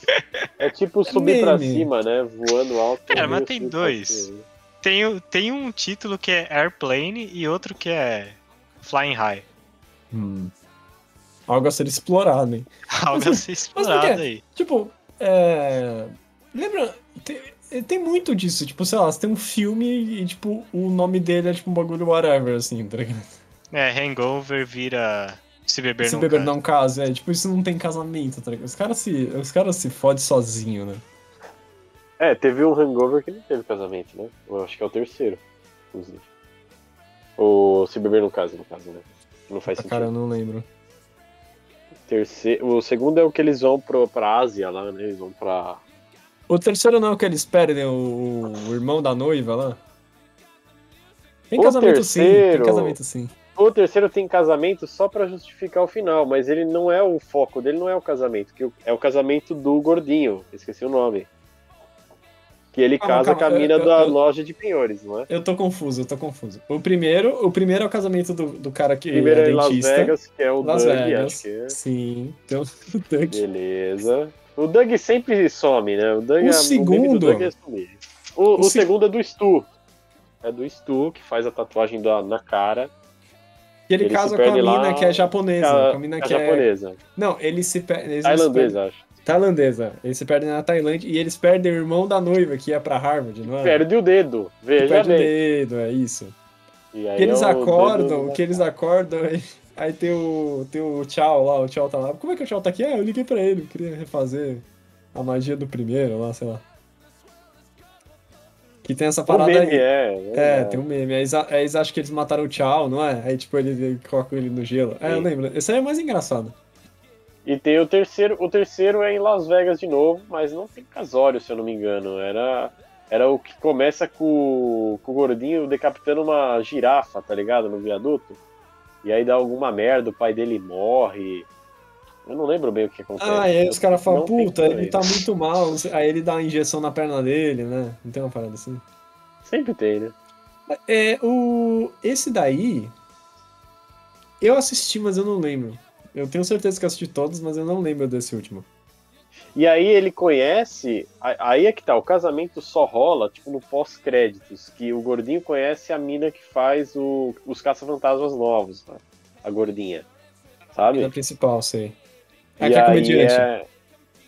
É tipo subir pra
meme.
cima, né? Voando alto.
Cara,
meio
mas tem
subir pra
dois.
cima.
Tem, o- tem um título que é Airplane e outro que é Flying High.
Hum.
Algo a ser explorado, hein?
Algo a ser explorado
que
aí.
Tipo, é... Lembra? Tem, tem muito disso. Tipo, sei lá, você tem um filme e, tipo, o nome dele é tipo um bagulho whatever, assim, tá ligado?
É, Hangover vira Se Beber
Se
Não
beber
Case.
não casa, é tipo, isso não tem casamento, tá ligado? Os caras se, os caras se fodem sozinho, né?
É, teve um hangover que não teve casamento, né? Eu acho que é o terceiro, inclusive. Ou se beber no caso, no caso, né? Não faz
Tá,
sentido.
cara, eu não lembro.
Terceiro, o segundo é o que eles vão pro, pra Ásia lá, né? Eles vão pra.
O terceiro não é o que eles perdem, o, o irmão da noiva lá. Tem
O
casamento sim, tem
terceiro-
casamento sim.
O terceiro tem casamento só pra justificar o final, mas ele não é o foco dele, não é o casamento. Que o- é o casamento do gordinho, esqueci o nome. Que ele
Calma,
casa
calma,
com a mina
eu- eu-
da
eu-
loja de penhores, não é?
Eu tô confuso, eu tô confuso. O primeiro, o primeiro é o casamento do, do cara que
Primeiro
é
é em Las
dentista.
Vegas, que é o
Las
Doug,
Vegas.
acho que é.
Sim, então o Doug.
Beleza. O Doug sempre some, né? O, Doug,
O
é- meme
segundo-
do Doug é sumir. O, o
O se-
segundo é do Stu. É do Stu, que faz a tatuagem da- na cara.
E ele,
Ele se
casa com a
perde
mina
lá,
que é japonesa.
a,
com a mina
a
que é.
japonesa.
Não, ele se perde.
Tailandesa, acho.
Tailandesa. Eles se perdem na Tailândia e eles perdem o irmão da noiva que ia pra Harvard, não é?
Perde o dedo.
Que
Veja
perde o
bem.
dedo, é isso.
E aí
Que eles
é o dedo
acordam,
da-
que eles acordam. e- Aí tem o, tem o Tchau lá, o Tchau tá lá. Como é que o Tchau tá aqui? Ah, eu liguei pra ele, eu queria refazer a magia do primeiro lá, sei lá. Que tem essa
O
parada
meme
aí.
é.
É, tem um meme. Aí eles- aí eles acham que eles mataram o Tchau, não é? Aí tipo, eles eles colocam ele no gelo. É, eu
Sim.
lembro. Esse aí é mais engraçado.
E tem o terceiro. O terceiro é em Las Vegas de novo, mas não tem casório, se eu não me engano. Era, era o que começa com, com o gordinho decapitando uma girafa, tá ligado? No viaduto. E aí dá alguma merda, o pai dele morre. Eu não lembro bem o que acontece.
Ah, e aí os caras falam,
É, Não tem
puta, ele
coisa.
tá muito mal. não sei- Aí ele dá uma injeção na perna dele, né? Não tem uma parada assim.
Sempre tem, né?
É, o... Esse daí. Eu assisti, mas eu não lembro. Eu tenho certeza que eu assisti todos, mas eu não lembro desse último.
E aí ele conhece. a- Aí é que tá, o casamento só rola, tipo, no pós-créditos, que o gordinho conhece a mina que faz o- os caça-fantasmas novos, né? A gordinha. Sabe?
Na principal, sei. É
E
que é
aí
comediante.
é-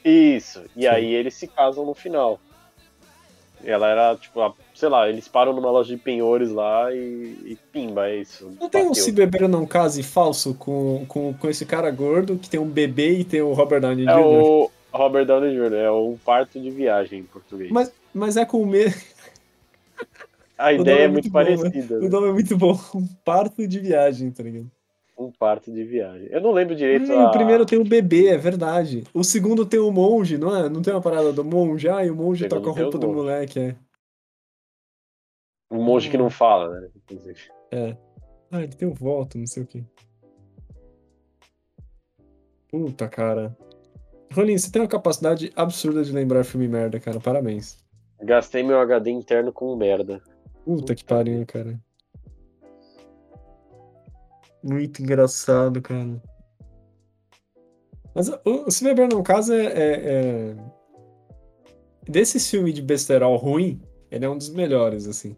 Isso. E
Sim.
aí eles se casam no final. Ela era, tipo, a- sei lá, eles param numa loja de penhores lá e, e pimba, é isso.
Não tem um
Bateu.
Se Beber Não Case falso com, com, com esse cara gordo que tem um bebê e tem o Robert Downey
É
Jr.
o Robert Downey Jr., é um parto de viagem em português.
Mas, mas é com o mesmo.
a
nome
ideia
é
é muito
muito bom, né?
parecida.
O
né?
nome é muito bom. Um parto de viagem, tá ligado?
Um parto de viagem. Eu não lembro direito.
Ah, e
a-
o primeiro tem o bebê, é verdade. O segundo tem o monge, não é? Não tem uma parada do monge? Ah, e o monge
Segundo
toca a
tem o
roupa do
monge.
moleque, é.
O monge que não
Hum.
fala, né? inclusive.
Ah, ele tem o voto, não sei o quê. Puta, cara. Rolim, você tem uma capacidade absurda de lembrar filme merda, cara. Parabéns.
Gastei meu HD interno com merda.
Puta que pariu, cara. Muito engraçado, cara. Mas o, o Se Beber Não Casa é, é- é- Desse filme de besterol ruim, ele é um dos melhores, assim.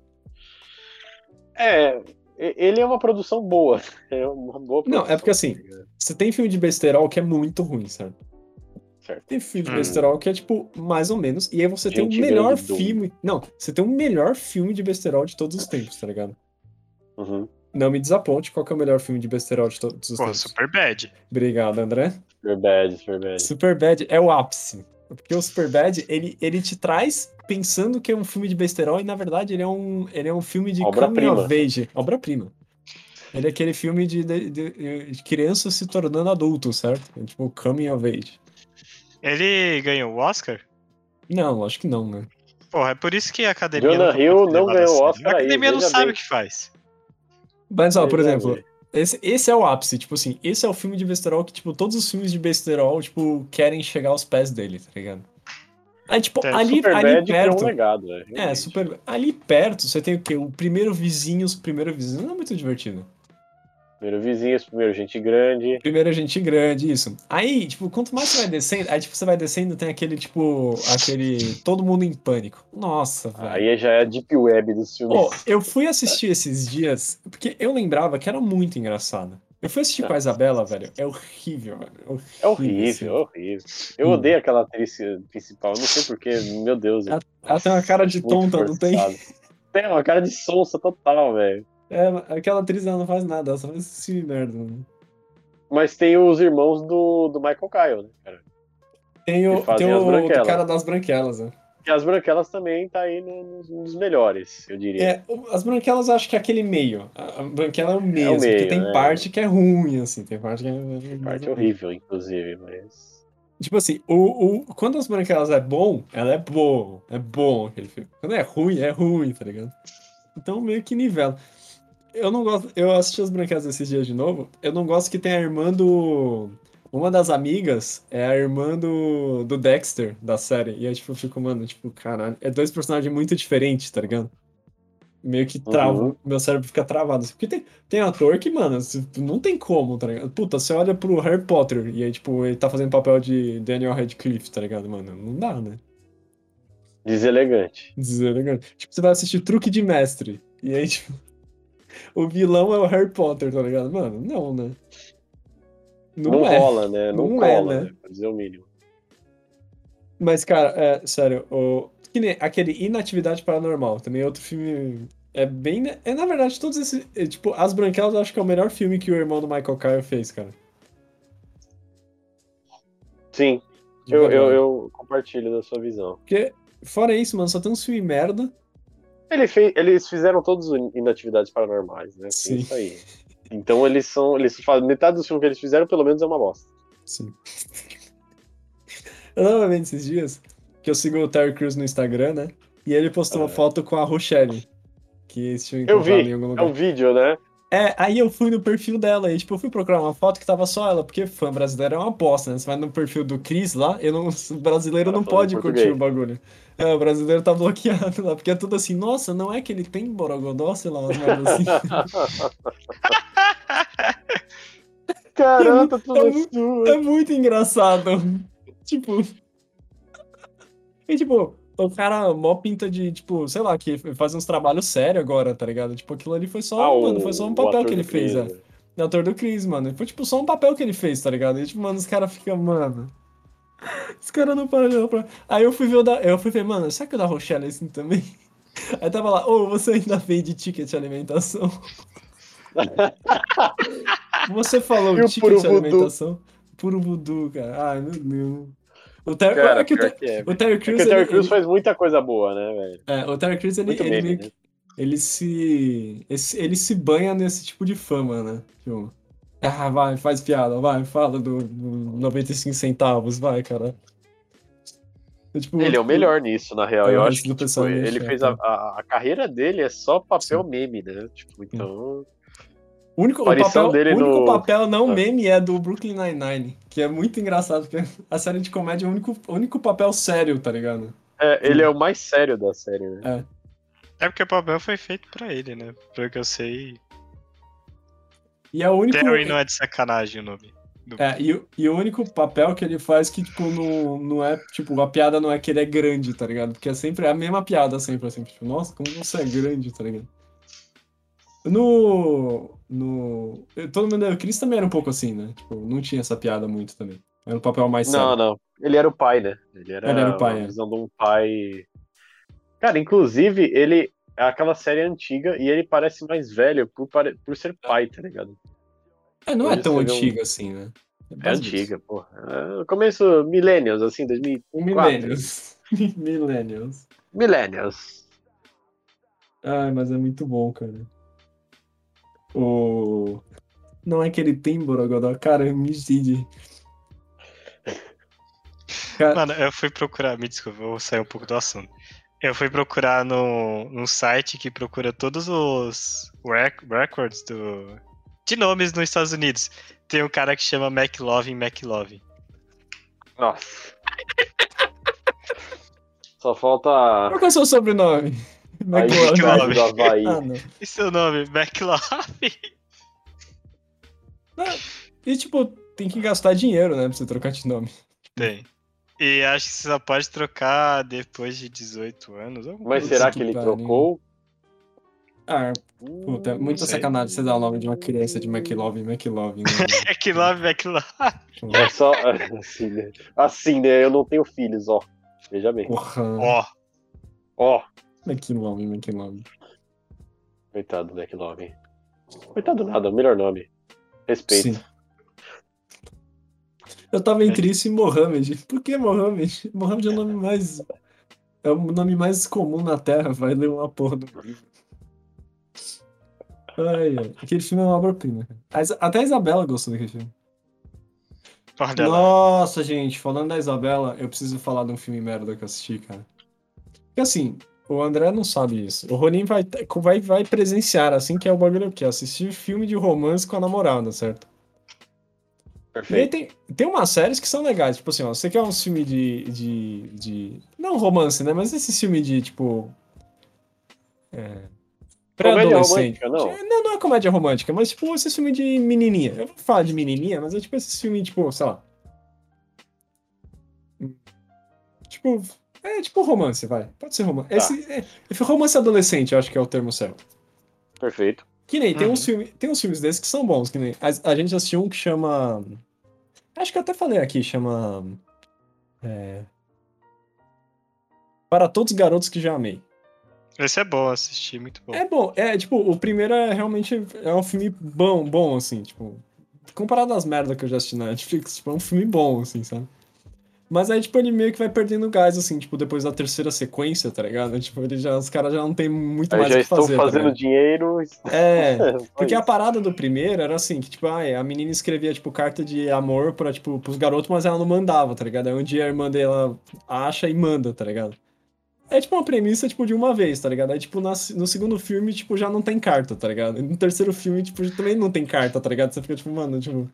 É, e- ele é uma produção boa. É uma boa
Não, é
produção,
porque assim,
tá ligado?
Você tem filme de besterol que é muito ruim, sabe?
Certo.
Tem filme de
Hum.
besterol que é, tipo, mais ou menos. E aí você tem
Gente
o melhor
grande, doido.
filme... Não, você tem o melhor filme de besterol de todos os tempos, tá ligado?
Uhum.
Não me desaponte qual que é o melhor filme de besterol de todos os
Pô,
tempos.
super bad.
Obrigado, André.
Superbad, Superbad.
Superbad é o ápice. Porque o Superbad, ele, ele te traz pensando que é um filme de besterol e, na verdade, ele é um, ele é um filme de
Obra-prima.
coming of age, obra-prima. Ele é aquele filme de, de, de- de criança se tornando adulto, certo? É tipo, coming of age.
Ele ganhou o Oscar?
Não, acho que não, né?
Porra, é por isso que a academia.
Jonah
nunca foi
Hill não
levada a
ganhou o
sério.
Oscar
A
aí,
academia não
veja
sabe
bem.
o que faz.
Mas, ó, por
Pois é,
exemplo,
velho.
esse, esse é o ápice. Tipo assim, esse é o filme de besterol que, tipo, todos os filmes de besterol, tipo, querem chegar aos pés dele, tá ligado? Aí, tipo,
É,
ali, ali
Superbad é um
perto...
legado, velho.
É,
realmente.
super. Ali perto você tem o quê? O primeiro vizinho, os primeiros vizinhos. Não é muito divertido.
Primeiro vizinhos, primeiro gente grande.
Primeiro é gente grande, isso. Aí, tipo, quanto mais você vai descendo, aí tipo, você vai descendo, tem aquele, tipo, aquele. Todo mundo em pânico. Nossa, velho.
Aí já é a Deep Web dos filmes.
Pô, eu fui assistir esses dias, porque eu lembrava que era muito engraçado. Eu fui assistir com
Tá.
a Isabela, velho. É horrível, velho. É horrível,
é horrível, é
assim.
horrível. Eu odeio aquela atriz principal, eu não sei porquê, meu Deus.
Ela Ela tem uma cara de
muito
tonta, não tem?
forçado. Tem uma cara de sonsa total, velho.
Ela- aquela atriz ela não faz nada, ela só faz esse merda, mano.
Mas tem os irmãos do, do Michael Kyle, né, cara?
Tem o,
E fazem
tem
as
o, o
branquelas.
cara das branquelas, né?
E as branquelas também tá aí no- nos, nos melhores, eu diria.
É, o- as branquelas eu acho que é aquele meio. A a branquela é o meio, assim,
meio,
porque tem
né?
parte que é ruim, assim, tem parte que é.
Parte horrível, inclusive, mas.
Tipo assim, o, o, quando as branquelas é bom, ela é bom. É bom aquele filme. Quando é ruim, é ruim, tá ligado? Então meio que nivela. Eu não gosto. Eu assisti as branquelas esses dias de novo. Eu não gosto que tem a irmã do. Uma das amigas é a irmã do, do Dexter da série. E aí, tipo, eu fico, mano, tipo, caralho. É dois personagens muito diferentes, tá ligado? Meio que trava.
Uhum.
Meu cérebro fica travado. assim, Porque tem, tem ator que, mano, se- não tem como, tá ligado? Puta, você olha pro Harry Potter e aí, tipo, ele tá fazendo papel de Daniel Radcliffe, tá ligado, mano? Não dá, né?
Deselegante.
Dizer, né, cara? Tipo, você vai assistir Truque de Mestre e aí, tipo, o vilão é o Harry Potter, tá ligado? Mano, não, né? Não,
Não,
é.
rola, né? Não,
Não é,
cola,
né?
né? Pra dizer o mínimo.
Mas, cara, é, sério, o... que nem aquele Inatividade Paranormal, também é outro filme É bem. ne- É, na verdade, todos esses. é, tipo, As Branquelas eu acho que é o melhor filme que o irmão do Michael Caio fez, cara.
Sim,
De
eu, eu,
verdade.
eu compartilho da sua visão.
Porque, fora isso, mano, só tem uns filmes merda.
Ele fez, eles fizeram todos o inatividades paranormais, né?
Sim.
Sim. Isso aí. Então eles são. Eles fazem, metade dos filmes que eles fizeram, pelo menos, é uma bosta.
Sim. Eu tava vendo esses dias que eu sigo o Terry Crews no Instagram, né? E ele postou uma
Ah.
foto com a Rochelle. Que se eu
Eu
encontrar
vi.
em algum
É
lugar.
um vídeo, né?
É, aí eu fui no perfil dela e, tipo, eu fui procurar uma foto que tava só ela, porque fã brasileiro é uma bosta, né? Você vai no perfil do Cris lá, eu não, o brasileiro
Ela
não
falou em
pode curtir
português.
o bagulho. É, o brasileiro tá bloqueado lá, porque é tudo assim, nossa, não é que ele tem borogodó, sei lá, umas merdas assim.
Caramba, tá
É
tudo
muito-
escuro.
É muito engraçado. tipo. E tipo, o cara mó pinta de, tipo, sei lá, que faz uns trabalhos sérios agora, tá ligado? Tipo, aquilo ali foi só,
Ah, o-
mano, foi só um
o
papel
ator
que ele
do
fez, é.
Cris, né?
O ator do Chris, mano. Foi tipo só um papel que ele fez, tá ligado? E tipo, mano, os caras ficam, mano. Os caras não param de olhar pra. Aí eu fui ver o da. Eu fui ver, mano, será que o da Rochelle é assim também? Aí tava lá, ô, você ainda vende ticket de alimentação. você falou
E o puro
ticket de
voodoo?
alimentação? Puro voodoo, cara. Ai, meu Deus. O Terry
Cara,
é que o
pior
Ter-
que é, velho.
o Terry
É
Crews,
que o Terry
ele-
Crews faz muita coisa boa, né, velho?
é, o Terry Crews, ele,
Muito
ele,
meme, né?
meio que- ele se. esse- Ele se banha nesse tipo de fama, né? Tipo, ah, vai, faz piada, vai, fala do, do 95 centavos, vai, cara. É, tipo,
Ele é o
tipo,
melhor nisso, na real.
É,
Eu
o
acho
resto
que
do
tipo,
pessoal
ele
deixa,
fez
é.
a, a, a carreira dele é só papel meme, né? Tipo, então.
O único, o
aparição
papel,
dele
o único
no-
papel não
Ah.
meme é do Brooklyn Nine-Nine, que é muito engraçado, porque a série de comédia é o único, o único papel sério, tá ligado?
é, ele é o mais sério da série, né?
É porque o papel foi feito pra ele, né? Pelo que eu sei.
E é o único.
Terry não é de sacanagem o nome.
É, e, o- e o único papel que ele faz que, tipo, não, não é, tipo, a piada não é que ele é grande, tá ligado? Porque é sempre a mesma piada, sempre, assim, tipo, nossa, como você é grande, tá ligado? No. No. eu- Todo mundo. O Chris também era um pouco assim, né? Tipo, não tinha essa piada muito também. Era um papel mais
Não,
sério.
não. Ele era o pai, né? Ele era,
Ele era o pai,
uma
é.
visão de um pai. Cara, inclusive, ele. É aquela série antiga e ele parece mais velho por, pare- por ser pai, tá ligado?
É, não é
Hoje
tão
você vê um-
antiga assim, né?
É
mais ou menos.
antiga, porra. É, começo Millennials, assim, 2000.
Um Millennials. Millennials.
Millennials.
Ai, mas é muito bom, cara. O. Não é que ele tem Borogodó, cara, me decide. Cara,
Mano, eu fui procurar, me desculpa, eu vou sair um pouco do assunto. Eu fui procurar no, num site que procura todos os rec- records do, de nomes nos Estados Unidos. Tem um cara que chama McLovin McLovin.
Nossa. Só falta.
qual que é o seu sobrenome?
Aí
McLovin.
João.
do Havaí.
né? Ah, não.
E seu nome? McLovin?
E tipo, tem que gastar dinheiro, né? Pra você trocar de nome.
Tem. E acho que você só pode trocar depois de 18 anos. alguma
Mas
coisa assim.
será
que
que ele
pariu.
trocou? Hum,
Ah, puta, é muita
Não sei.
sacanagem você dar o nome de uma criança de McLovin, McLovin. Né?
assim. McLovin, McLovin.
É só. Assim, né? Assim, né? Eu não tenho filhos, ó. Veja bem.
Porra.
Ó,
Ó.
McLovin, McLovin.
Coitado do McLovin. Coitado nada, melhor nome. Respeito.
Sim. Eu
É.
tava entre isso e Mohamed. Por que Mohamed? Mohamed é o nome mais. É o nome mais comum na Terra, vai ler uma porra do livro. Ai, ai. Aquele filme é uma obra-prima. cara. A Isa- Até a Isabela gostou daquele filme.
olha lá.
Nossa, gente, falando da Isabela, eu preciso falar de um filme merda que eu assisti, cara. Porque assim, o André não sabe isso. O Ronin vai, vai, vai presenciar, assim, que é o bagulho que Assistir filme de romance com a namorada, certo? E aí
Perfeito.
tem, tem umas séries que são legais, tipo assim, ó, você quer um filme de, de, de. Não romance, né? Mas esse filme de, tipo. É,
Comédia
pré-adolescente.
romântica, não.
Não, não é comédia romântica, mas tipo, esse filme de menininha. Eu vou falar de menininha, mas é tipo esse filme, tipo, sei lá. Tipo. É tipo romance, vai. Pode ser romance.
Tá.
Esse, é, romance adolescente, eu acho que é o termo certo.
Perfeito.
Que nem, tem,
Uhum.
uns filme, tem uns filmes desses que são bons, que nem. A, a gente assistiu um que chama. Acho que eu até falei aqui, chama. É, Para todos os garotos que já amei.
Esse é bom assistir, muito bom.
É bom, é tipo, o primeiro é realmente é um filme bom, bom, assim, tipo. Comparado às merdas que eu já assisti na Netflix, tipo, é um filme bom, assim, sabe? Mas aí, tipo, ele meio que vai perdendo gás, assim, tipo, depois da terceira sequência, tá ligado? Tipo, ele já, os caras já não tem muito
Aí
mais o
já
que
estão
fazer. tá
fazendo
ligado?
dinheiro.
é,
Só
Porque a
isso.
parada do primeiro era assim, que tipo, ai, a menina escrevia, tipo, carta de amor pra, tipo, pros garotos, mas ela não mandava, tá ligado? Aí um dia a irmã dela acha e manda, tá ligado? É tipo uma premissa, tipo, de uma vez, tá ligado? Aí, tipo, na- no segundo filme, tipo, já não tem carta, tá ligado? E no terceiro filme, tipo, também não tem carta, tá ligado? Você fica, tipo, mano, tipo...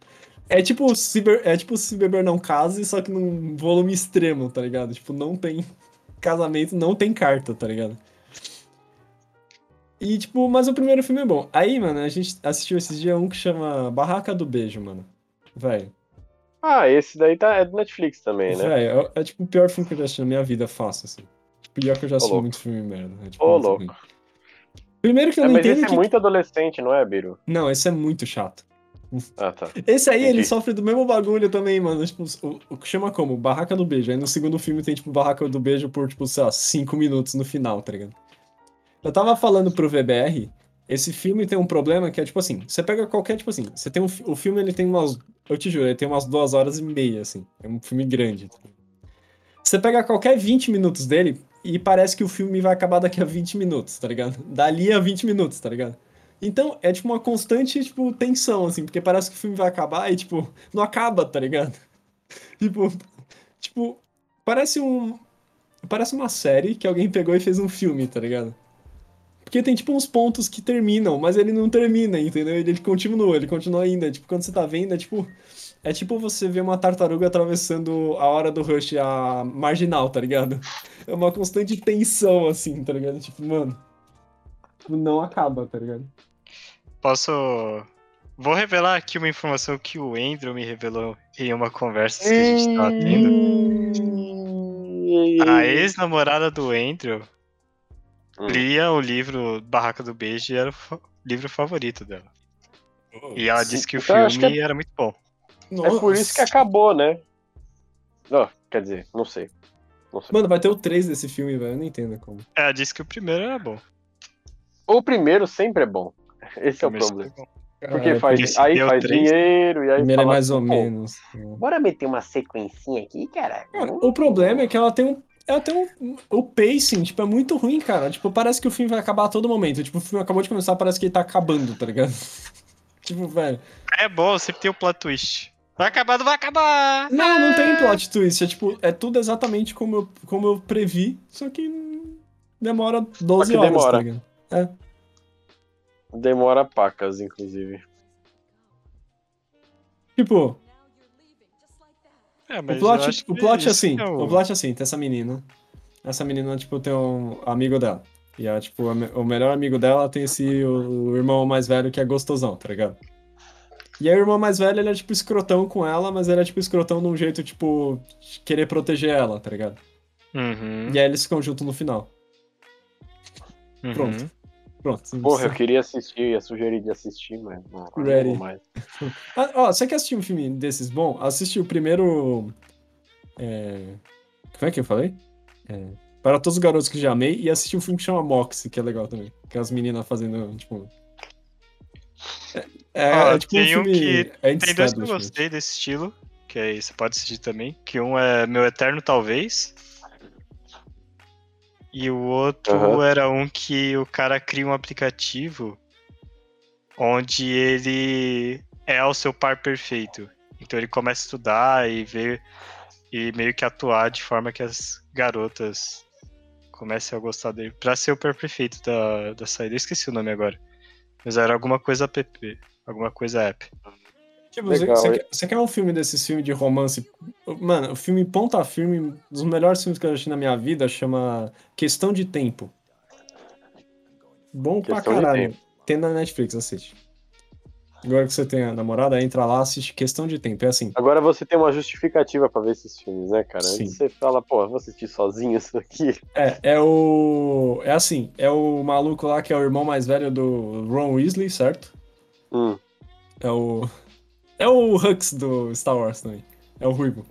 É tipo, se be- é tipo se beber não case, só que num volume extremo, tá ligado? Tipo, não tem casamento, não tem carta, tá ligado? E, tipo, mas o primeiro filme é bom. Aí, mano, a gente assistiu esses dias um que chama Barraca do Beijo, mano. Velho,
Ah, esse daí tá, é do Netflix também, né?
velho, é, é, tipo o pior filme que eu já assisti na minha vida, fácil, assim. Tipo, pior que eu já assisti
louco.
muito filme merda. É, tipo,
Ô,
muito
louco.
ruim. Primeiro que eu
É,
não
mas
entendo
esse é
que...
muito adolescente, não é, Biro?
Não, esse é muito chato.
Ah, tá.
Esse aí, ele
Entendi.
sofre do mesmo bagulho também, mano. Tipo, o, o que chama como? Barraca do Beijo. Aí no segundo filme tem, tipo, Barraca do Beijo por, tipo, sei lá, cinco minutos no final, tá ligado? Eu tava falando pro VBR, esse filme tem um problema que é, tipo assim, você pega qualquer, tipo assim, você tem um, fi- o filme, ele tem umas, eu te juro, ele tem umas duas horas e meia, assim. É um filme grande. tá ligado? Você pega qualquer 20 minutos dele e parece que o filme vai acabar daqui a 20 minutos, tá ligado? Dali a 20 minutos, tá ligado? Então, é tipo uma constante, tipo, tensão, assim, porque parece que o filme vai acabar e, tipo, não acaba, tá ligado? Tipo, tipo, parece um. Parece uma série que alguém pegou e fez um filme, tá ligado? Porque tem, tipo, uns pontos que terminam, mas ele não termina, entendeu? Ele, ele continua, ele continua ainda. Tipo, quando você tá vendo, é tipo. É tipo você ver uma tartaruga atravessando a hora do rush a marginal, tá ligado? É uma constante tensão, assim, tá ligado? Tipo, mano. Tipo, não acaba, tá ligado?
Posso. Vou revelar aqui uma informação que o Andrew me revelou em uma conversa que a gente tava tendo. Ah, A ex-namorada do Andrew
Hum.
lia o livro Barraca do Beijo e era o fa- livro favorito dela. E ela disse que o
Então, acho
filme era muito bom.
É por isso que acabou, né? Não, quer dizer, não sei. Não sei.
Mano, vai ter o 3 desse filme, velho. Eu não entendo como.
Ela disse que o primeiro era bom.
O primeiro sempre é bom. Esse é o
primeiro
problema.
sempre é bom.
Porque
Caralho,
faz,
esse
aí
deu
faz
três.
dinheiro e
o
aí.
primeiro é
fala
mais ou
assim, "Pô,
menos. é.
Bora meter uma sequencinha aqui, cara.
Cara, o problema é que ela tem um. Ela tem um. O pacing, tipo, é muito ruim, cara. Tipo, parece que o filme vai acabar a todo momento. Tipo, o filme acabou de começar, parece que ele tá acabando, tá ligado? tipo, velho.
É bom, sempre tem o plot twist. Vai acabar, não vai acabar!
Não, não tem plot twist. É tipo, é tudo exatamente como eu, como eu previ, só que hum, demora 12
que
horas,
demora.
tá ligado?
Demora pacas, inclusive.
Tipo,
É,
O
mas eu
plot,
acho
o
que
plot é
isso
assim,
que é
o plot é assim, tem essa menina. Essa menina, tipo, tem um amigo dela. E ela, tipo, a me- o melhor amigo dela tem esse o, o irmão mais velho que é gostosão, tá ligado? E aí o irmão mais velho, ele é, tipo, escrotão com ela, mas ele é, tipo, escrotão de um jeito, tipo, de querer proteger ela, tá ligado?
Uhum,
E aí eles ficam juntos no final.
uhum. é
pronto. Pronto.
Porra, eu queria assistir, ia sugerir de assistir, mas não, não
Ready.
vou mais.
Ah, ó, você quer assistir um filme desses bom? Assiste o primeiro. é, Como é que eu falei? É, Para todos os garotos que já amei e assisti um filme que chama Moxie, que é legal também. Que é as meninas fazendo, tipo. É, é-
Ó,
é tipo um
tem um
filme.
que-
é
Tem dois que eu
anti-establishment.
gostei desse estilo, que aí você pode assistir também, que um é Meu Eterno Talvez. E o outro
Aham.
era um que o cara cria um aplicativo onde ele é o seu par perfeito. Então ele começa a estudar e ver e meio que atuar de forma que as garotas comecem a gostar dele. Pra ser o par perfeito da, da saída. Eu esqueci o nome agora. Mas era alguma coisa app. Alguma coisa app.
Tipo, você-
Legal,
você,
hein?
quer, você quer um filme desses filmes de romance? Mano, o filme Ponta Firme, um dos melhores filmes que eu assisti na minha vida, chama Questão de Tempo. Bom
Questão
pra
de
caralho. Tem na Netflix, assiste. Agora que você tem a namorada, entra lá, assiste Questão de Tempo. É assim.
Agora você tem uma justificativa pra ver esses filmes, né, cara?
Sim.
Aí Você fala, pô, vou assistir sozinho isso aqui.
É, é o. É assim, é o maluco lá que é o irmão mais velho do Ron Weasley, certo?
Hum.
É o. É o Hux do Star Wars também. É o Ruivo.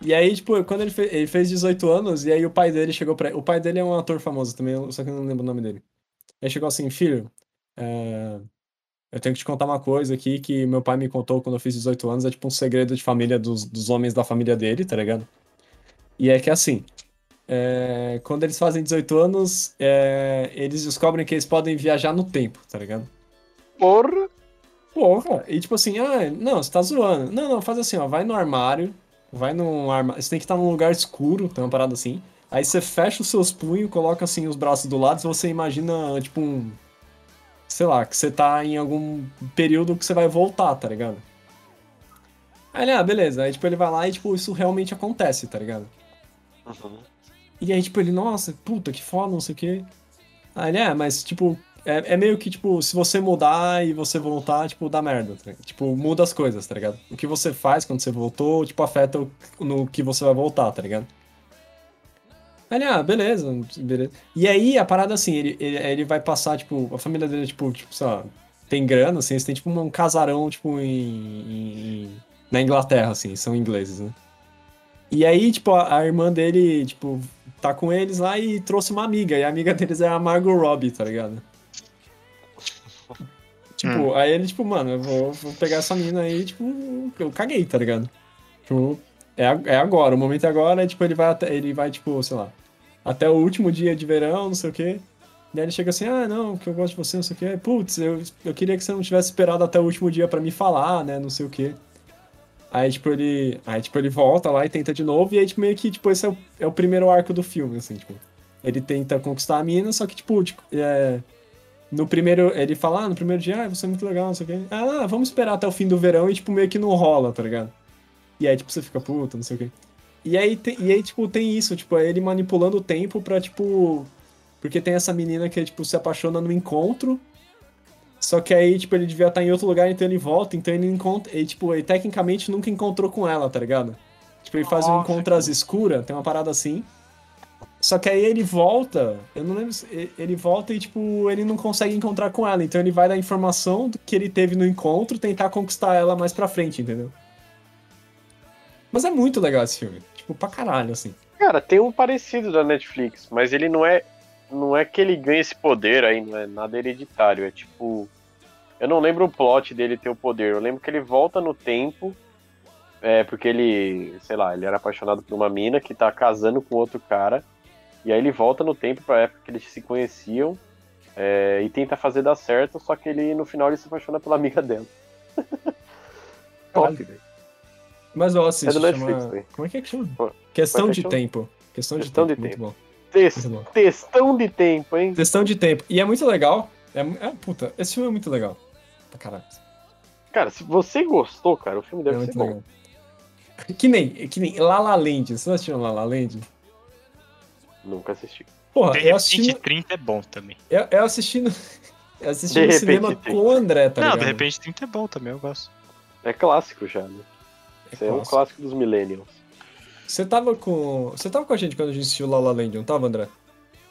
E aí, tipo, quando ele, fe- ele fez 18 anos, e aí o pai dele chegou pra. O pai dele é um ator famoso também, eu- só que eu não lembro o nome dele. Ele chegou assim, filho, é, eu tenho que te contar uma coisa aqui que meu pai me contou quando eu fiz 18 anos, é tipo um segredo de família dos, dos homens da família dele, tá ligado? E é que assim, é, quando eles fazem 18 anos, é, eles descobrem que eles podem viajar no tempo, tá ligado?
Porra!
Porra, e tipo assim, ah, não, você tá zoando. Não, não, faz assim, ó, vai no armário, vai num armário, você tem que estar num lugar escuro, tem uma parada assim. Aí você fecha os seus punhos, coloca assim os braços do lado, você imagina, tipo, um. Sei lá, que você tá em algum período que você vai voltar, tá ligado? Aí ele, ah, beleza. Aí, tipo, ele vai lá e, tipo, isso realmente acontece, tá ligado?
Uhum.
E aí, tipo, ele, nossa, puta, que foda, não sei o quê. Aí ele, é, mas, tipo, é, é meio que, tipo, se você mudar e você voltar, tipo, dá merda. tá ligado? Tipo, muda as coisas, tá ligado? O que você faz quando você voltou, tipo, afeta o- no que você vai voltar, tá ligado? Aí ele, ah, beleza, beleza. E aí, a parada, assim, ele, ele, ele vai passar, tipo, a família dele, tipo, tipo, sei lá, tem grana, assim, eles têm, tipo, um casarão, tipo, em- em- em na Inglaterra, assim, são ingleses, né? E aí, tipo, a, a irmã dele, tipo, tá com eles lá e trouxe uma amiga. E a amiga deles é a Margot Robbie, tá ligado? Tipo, aí ele, tipo, mano, eu vou, vou pegar essa mina aí, tipo, eu caguei, tá ligado? Tipo, é, a- é agora, o momento é agora, é, tipo, ele vai, até, ele vai, tipo, sei lá, até o último dia de verão, não sei o quê. Daí ele chega assim, ah, não, que eu gosto de você, não sei o quê. Putz, eu, eu queria que você não tivesse esperado até o último dia pra me falar, né, não sei o quê. Aí, tipo, ele. Aí, tipo, ele volta lá e tenta de novo. E aí, tipo, meio que, tipo, esse é o, é o primeiro arco do filme, assim, tipo. Ele tenta conquistar a mina, só que, tipo, tipo, é, no primeiro. Ele fala, ah, no primeiro dia, ah, você é muito legal, não sei o quê. Ah, vamos esperar até o fim do verão e, tipo, meio que não rola, tá ligado? E aí, tipo, você fica puta, não sei o quê. E aí, tem- e aí tipo, tem isso, tipo, é ele manipulando o tempo pra, tipo. Porque tem essa menina que, tipo, se apaixona no encontro. Só que aí, tipo, ele devia estar em outro lugar, então ele volta, então ele encontra. E, tipo, ele tecnicamente nunca encontrou com ela, tá ligado? Tipo, ele faz um
Nossa,
encontro às escuras, tem uma parada assim. Só que aí ele volta, eu não lembro se. e- Ele volta e, tipo, ele não consegue encontrar com ela. Então ele vai dar informação do que ele teve no encontro, tentar conquistar ela mais pra frente, entendeu? Mas é muito legal esse filme. Tipo, pra caralho, assim.
Cara, tem um parecido da Netflix, mas ele não é. Não é que ele ganha esse poder aí, não é nada hereditário. É tipo. Eu não lembro o plot dele ter o poder. Eu lembro que ele volta no tempo. É, porque ele, sei lá, ele era apaixonado por uma mina que tá casando com outro cara. E aí ele volta no tempo pra época que eles se conheciam. é, e tenta fazer dar certo, só que ele no final ele se apaixona pela amiga dela. Top, velho.
Mas eu assisto.
É do Netflix
chama-
também.
Como é que é que chama?
Pô,
Questão
como é que
de
chama?
tempo. Questão de
Questão
tempo.
de
muito bom.
Tes-
Muito bom.
Textão de tempo, hein?
Questão de tempo. E é muito legal. É, mu- é, puta, esse filme é muito legal. Pra caralho.
Cara, se você gostou, cara, o filme
É
deve ser
muito
bom.
legal. Que nem, que nem La La Land. Vocês assistiram La La Land?
Nunca assisti.
Porra,
De
eu assisti,
repente 30 é bom também.
no- eu, eu assisti no, eu assisti
De
no
repente,
cinema
tem.
com o André, tá
não,
ligado?
de repente 30 é bom também, eu gosto.
É clássico já, né?
É
Isso é um
clássico.
clássico dos millennials.
Você tava com. Você tava com a gente quando a gente assistiu La La Land, não tava, André?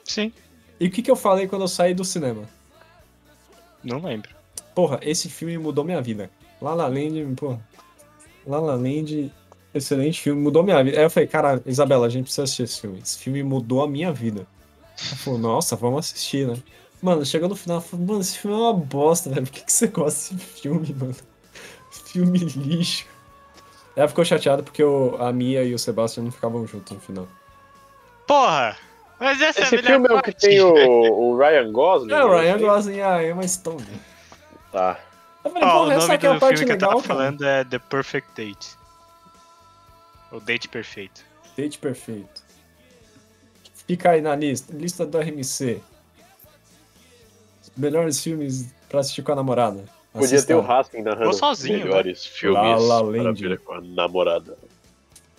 Sim,
E o que, que eu falei quando eu saí do cinema?
não lembro.
Porra, esse filme mudou minha vida. La La Land, porra. La La Land, excelente filme, mudou minha vida. Aí eu falei, cara, Isabela, a gente precisa assistir esse filme. Esse filme mudou a minha vida. Ela falou, nossa, vamos assistir, né? Mano, chegou no final, ela falou, mano, esse filme é uma bosta, velho. Por que, que você gosta desse filme, mano? Filme lixo. Ela ficou chateada porque o- a Mia e o Sebastian não ficavam juntos no final.
Porra! Mas essa é
Esse
a melhor
filme é o que
parte.
tem o, o Ryan Gosling?
É, o Ryan
né?
Gosling e a Emma Stone.
Tá.
Eu falei,
Ó, Ah, o
porra, essa
nome
aqui é a
do
parte
filme que eu
legal,
tava
cara.
falando é The Perfect Date. O Date Perfeito.
Date perfeito. Fica aí na lista. Lista do RMC. Os melhores filmes pra assistir com a namorada.
Podia ter o Raskin narrando.
Ou sozinho, né?
Melhores
La
filmes
La
para
Land.
ver com a namorada.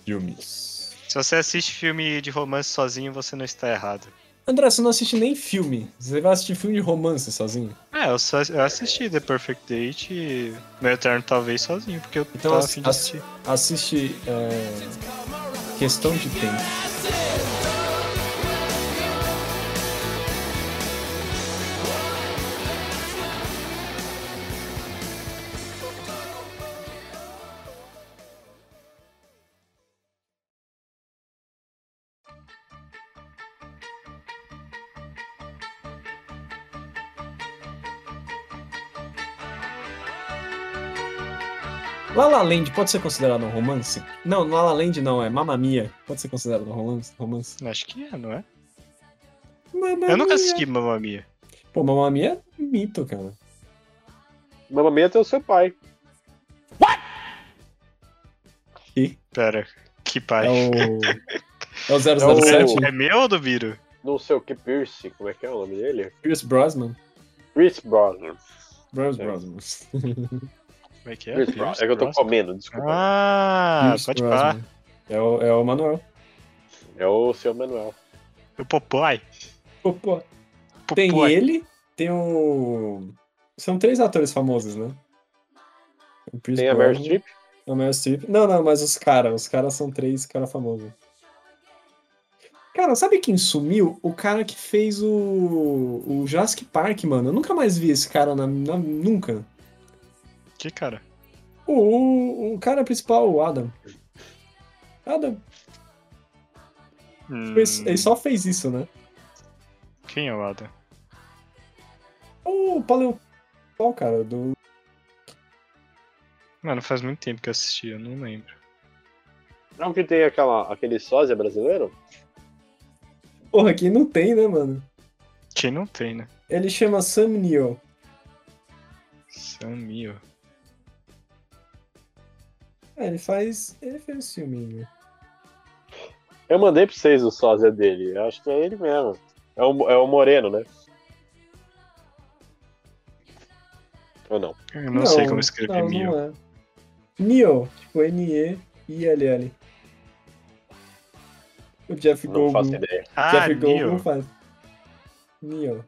Filmes.
Se você assiste filme de romance sozinho, você não está errado.
André, você não assiste nem filme. Você vai assistir filme de romance sozinho.
É, eu, só, eu assisti The Perfect Date e Meu Eterno talvez sozinho, porque eu
Então
tava
ass-
afim de
ass-
assistir.
Assiste. é, Questão de tempo. La La Land pode ser considerado um romance? Não, La La Land não, é Mamma Mia. Pode ser considerado um romance? romance.
Acho que é, não é?
Mamma
Eu
Mia.
nunca assisti Mamma Mia.
Pô, Mamma Mia é mito, cara.
Mamamento é o seu pai.
Pera, que pai.
É o... É o
É,
007,
o-
é meu ou do Biro?
Não sei o que, Pierce, como é que é o nome dele?
Pierce Brosnan.
Chris Brosnan.
Pierce
É.
Brosnan.
Como é que é?
Chris Brosnan. É que eu tô
Brosnan?
comendo, desculpa.
Ah,
Pierce
pode pá.
Brosnan. É o, é o Manuel.
É o seu Manuel.
O Popeye.
Pô, pô,
Popeye.
Tem ele, tem o. São três atores famosos, né? O Pierce
Tem a
Brosnan,
Meryl Streep.
a Meryl Streep. Não, não, mas os caras. Os caras são três caras famosos. Cara, sabe quem sumiu? O cara que fez o. O Jurassic Park, mano. Eu nunca mais vi esse cara na. na- nunca.
Que cara?
O, o, o um, cara principal, o Adam. Adam.
Hum,
fez- Ele só fez isso, né?
Quem é o Adam?
É O Paleopau, cara, do.
Mano, faz muito tempo que eu assisti, eu não lembro.
Não que tem aquela, aquele sósia brasileiro?
Porra, aqui não tem, né, mano?
Quem não tem, né?
Ele chama Sam Neill.
Samio.
É, ele faz. Ele fez esse né? filminho.
Eu mandei pra vocês o sósia dele. Eu acho que é ele mesmo. É o, é o Moreno, né? Ou não?
Eu não, sei como escrever
não,
Mio.
Não é. Neo, tipo N-E-I-L-L. O Jeff
Não faço
Goldblum.
ideia.
Ah,
Jeff Goldblum
Mio.
faz. Neo.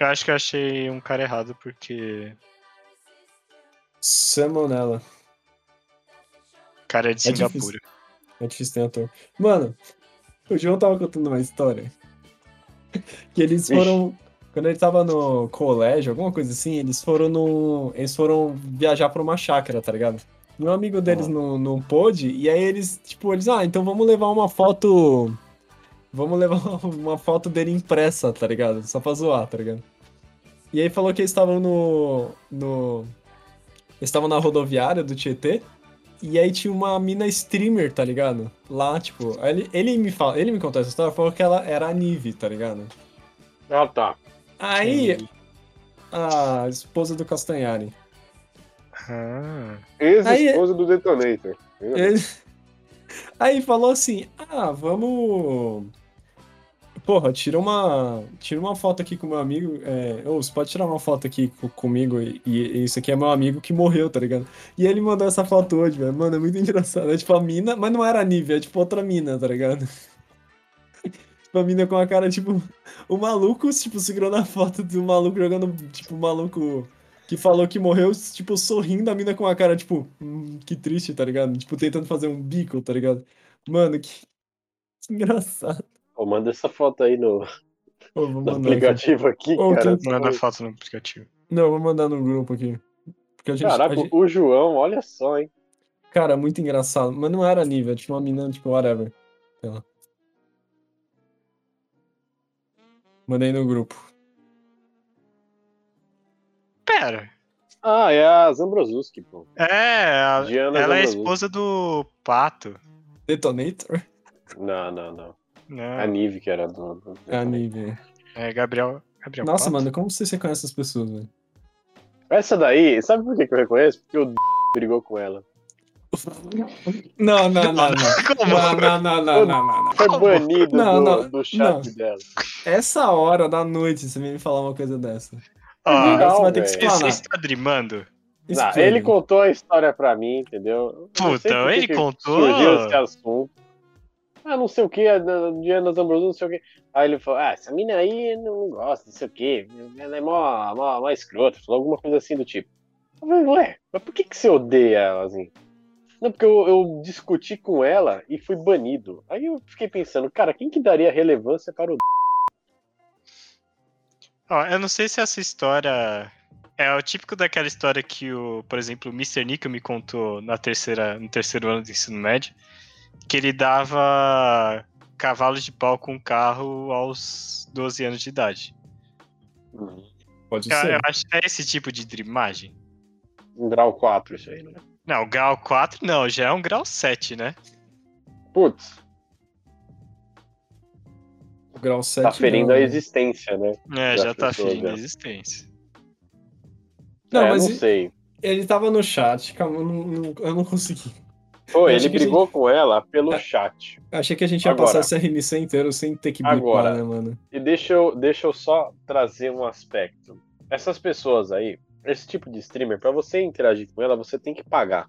Eu acho que eu achei um cara errado porque
Salmonella.
o cara é de
É
Singapura.
É difícil ter ator. Mano, o João tava contando uma história. Que eles
Vixe.
foram. Quando ele tava no colégio, alguma coisa assim, eles foram no. Eles foram viajar pra uma chácara, tá ligado? E um amigo deles
Ah.
não, não pôde, e aí eles, tipo, eles, ah, então vamos levar uma foto. Vamos levar uma foto dele impressa, tá ligado? Só pra zoar, tá ligado? E aí falou que eles estavam no. no. Eles estavam na rodoviária do Tietê. E aí tinha uma mina streamer, tá ligado? Lá, tipo, aí ele, ele me fala, ele me contou essa história, falou que ela era a Nive, tá ligado?
Ah, tá.
Aí a esposa do Castanhari.
Ah,
Ex-esposa do Detonator.
Ele- Aí falou assim: "Ah, vamos Porra, tira uma, tira uma foto aqui com meu amigo. É, ô, você pode tirar uma foto aqui co- comigo? E, e isso aqui é meu amigo que morreu, tá ligado? E ele mandou essa foto hoje, velho. Mano, é muito engraçado. É tipo a mina, mas não era a Nívia, é tipo outra mina, tá ligado? Tipo a mina com a cara, tipo, o maluco, tipo, segurando a foto do maluco jogando, tipo, o maluco que falou que morreu, tipo, sorrindo, a mina com a cara, tipo, hum, que triste, tá ligado? Tipo, tentando fazer um bico, tá ligado? Mano, que, que engraçado.
Pô, manda essa foto aí no,
Ô, vou
no
mandar aqui.
aplicativo aqui,
Ô,
cara.
manda é
é.
foto no aplicativo.
Não, eu vou mandar no grupo aqui. Porque a gente,
Caraca,
a gente-
o João, olha só, hein?
Cara, é muito engraçado. Mas não era nível, tinha uma mina, tipo, whatever. Sei lá. Mandei no grupo.
Pera.
Ah, é a Zambrosuski, pô.
É, a-
Diana
ela é a
Zambrosuski.
esposa do Pato.
Detonator?
Não, não, não.
Né?
A Nive que era do. do-
Ah. É a nível.
É Gabriel. Gabriel
Nossa,
Pato?
mano, como você reconhece essas pessoas, velho?
Essa daí, sabe por que que eu reconheço? Porque o D brigou com ela.
Não, não, não, não.
Como?
Não, não, não, não, não, não, não.
Foi banido
Não,
do,
não,
do chat
não.
dela.
Essa hora da noite, você vem me falar uma coisa dessa.
Ó,
Ah, Não,
você vai ter que
velho.
e você
explanar.
está drimando?
Não,
Explica.
Ah, ele contou a história pra mim, entendeu? Eu não sei
Puta,
por que
ele
que
contou.
Surgiu esse assunto. Ah, não sei o que, a da- Diana Zambroso, não sei o que. Aí ele falou, ah, essa mina aí não gosta, não sei o que. Ela é mó, mó, mó escrota, falou alguma coisa assim do tipo. Eu falei, ué, mas por que, que você odeia ela assim? Não, porque eu, eu discuti com ela e fui banido. Aí eu fiquei pensando, cara, quem que daria relevância para o.
Ó, eu não sei se essa história é o típico daquela história que o, por exemplo, o Mr. Nickel me contou na terceira, no terceiro ano do ensino médio, que ele dava cavalos de pau com carro aos 12 anos de idade.
Hum.
Pode
Eu, é
ser.
eu acho que é esse tipo de drimagem.
um grau 4 isso aí, né?
Não, grau 4 não, já é um grau 7, né?
Putz,
O grau 7.
tá ferindo
não,
a
né?
existência, né?
É,
Já
já tá
fechou,
fim da
já.
existência.
Não,
É,
mas
não
e-
sei.
ele tava no chat, calma, eu não, não- eu não consegui.
Pô,
eu
ele
achei que tá. a
brigou com ela pelo chat.
Eu achei que a gente ia
Agora.
passar esse RMC inteiro sem ter que
Agora.
blipar, né, mano?
E deixa eu, deixa eu só trazer um aspecto. Essas pessoas aí, esse tipo de streamer, pra você interagir com ela, você tem que pagar.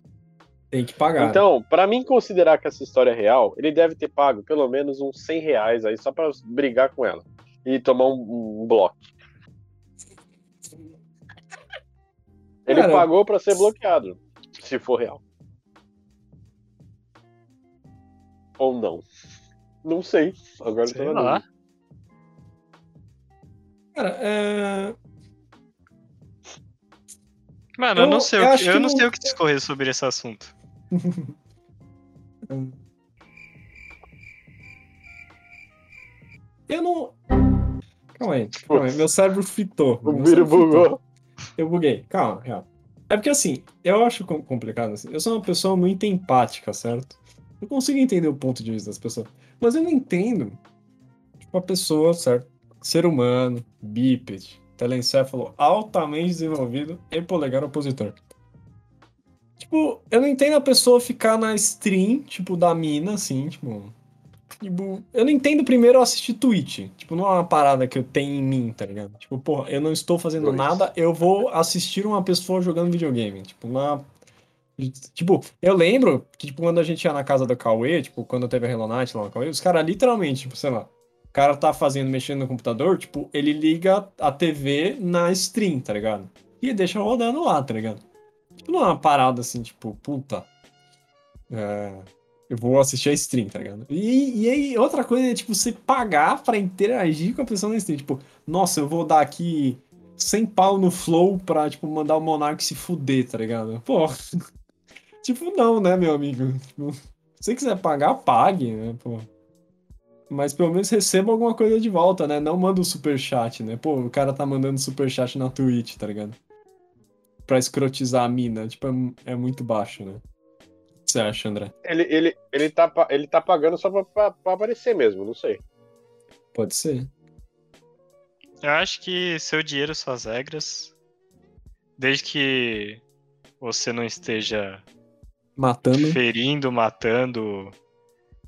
Tem que pagar.
Então, pra mim considerar que essa história é real, ele deve ter pago pelo menos uns 100 reais aí só pra brigar com ela e tomar um, um bloco. Ele
Cara,
pagou pra ser bloqueado, se for real. Ou não. Não sei. Agora tá eu
Sei
tô na
lá.
dúvida.
Cara, é...
Mano, eu,
Eu-
não sei, o
eu
que-
acho
eu
que
não
não-
sei o que discorrer sobre esse assunto.
Eu não. Calma aí, calma aí. Meu cérebro fitou.
O
meu
Biro
cérebro fitou.
bugou.
Eu buguei, calma, calma. É porque assim, eu acho com- complicado assim. Eu sou uma pessoa muito empática, certo? Eu consigo entender o ponto de vista das pessoas. Mas eu não entendo. Tipo, a pessoa, certo? Ser humano, bípede, telencéfalo altamente desenvolvido e polegar opositor. Tipo, eu não entendo a pessoa ficar na stream, tipo, da mina, assim, tipo. Tipo, eu não entendo primeiro eu assistir Twitch. Tipo, não é uma parada que eu tenho em mim, tá ligado? Tipo, porra, eu não estou fazendo
Dois.
nada, eu vou assistir uma pessoa jogando videogame. Tipo, na. Tipo, eu lembro que, tipo, quando a gente ia na casa do Cauê, tipo, quando teve a Hello Night lá no Cauê, os caras literalmente, tipo, sei lá, o cara tá fazendo, mexendo no computador, tipo, ele liga a TV na stream, tá ligado? E deixa rodando lá, tá ligado? Tipo, não é uma parada assim, tipo, puta. é, eu vou assistir a stream, tá ligado? E, e aí, outra coisa é, tipo, você pagar pra interagir com a pessoa na stream. Tipo, nossa, eu vou dar aqui 100 pau no Flow pra, tipo, mandar o Monark se fuder, tá ligado? Pô. tipo, não, né, meu amigo? Tipo, se você quiser pagar, pague, né, pô. Mas pelo menos receba alguma coisa de volta, né? Não manda o superchat, né? Pô, o cara tá mandando superchat na Twitch, tá ligado? Pra escrotizar a mina. Tipo, é, mu- é muito baixo, né? O que você acha, André?
Ele, ele, ele, tá, pa- ele tá pagando só pra, pra- pra aparecer mesmo, não sei.
Pode ser.
Eu acho que seu dinheiro, suas regras. Desde que você não esteja
Matando.
ferindo, matando,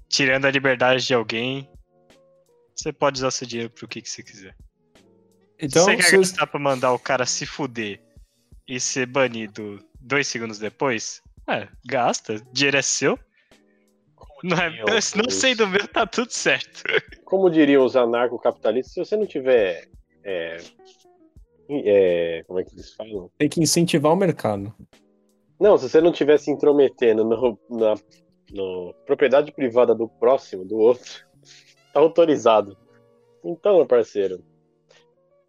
tirando a liberdade de alguém, você pode usar seu dinheiro pro que, que você quiser.
Então,
se você quer
vocês-
gastar pra mandar o cara se fuder e ser banido dois segundos depois, é, gasta. Dinheiro é seu. Não, é,
diriam
meu,
os-
não sei do meu, tá tudo certo.
Como diriam os anarcocapitalistas, se você não tiver. é, é, como é que eles falam?
tem que incentivar o mercado.
Não, se você não estiver se intrometendo no, na no propriedade privada do próximo, do outro, tá autorizado. Então, meu parceiro,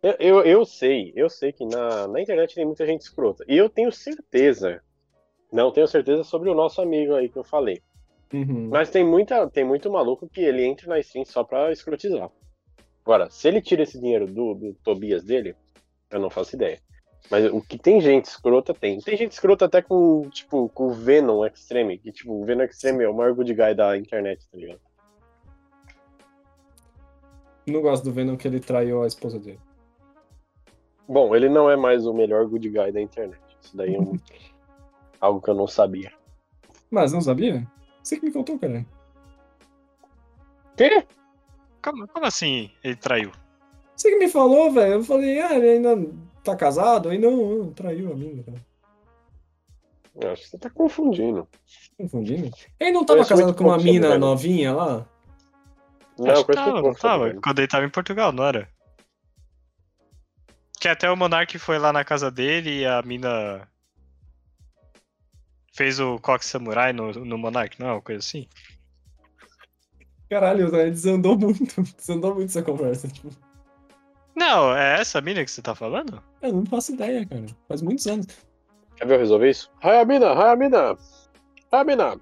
eu, eu, eu sei, eu sei que na, na internet tem muita gente escrota. E eu tenho certeza, não tenho certeza sobre o nosso amigo aí que eu falei.
Uhum.
Mas tem, muita, tem muito maluco que ele entra na stream só pra escrotizar. Agora, se ele tira esse dinheiro do, do Tobias dele, eu não faço ideia. Mas o que tem gente escrota, tem. Tem gente escrota até com, tipo, com o Venom Extreme, que, tipo, o Venom Extreme é o maior good guy da internet, tá ligado?
Não gosto do Venom que ele traiu a esposa dele.
Bom, ele não é mais o melhor good guy da internet. Isso daí é um- algo que eu não sabia.
Mas não sabia? Você que me contou, cara.
Quê?
Como, como assim ele traiu?
Você que me falou, velho. Eu falei, ah, ele ainda tá casado? Aí não, não, traiu a mina, cara.
Eu acho que você tá confundindo.
Confundindo. né? Ele não tava
Conheço
casado
muito
com uma
pouco sobre
mina
Venom.
novinha lá?
Não,
Acho que
conheço
tava,
muito
não
pouco sobre
tava.
Venom.
Quando ele tava em Portugal, não era? Que até o Monark foi lá na casa dele e a mina. Fez o Cox Samurai no, no Monark, não? é Uma coisa assim?
Caralho, velho, desandou muito. Desandou muito essa conversa. Tipo,
Não, é essa mina que você tá falando?
eu não faço ideia, cara. Faz muitos anos.
Quer ver eu resolver isso? Hayamina, Hayamina! Hayamina!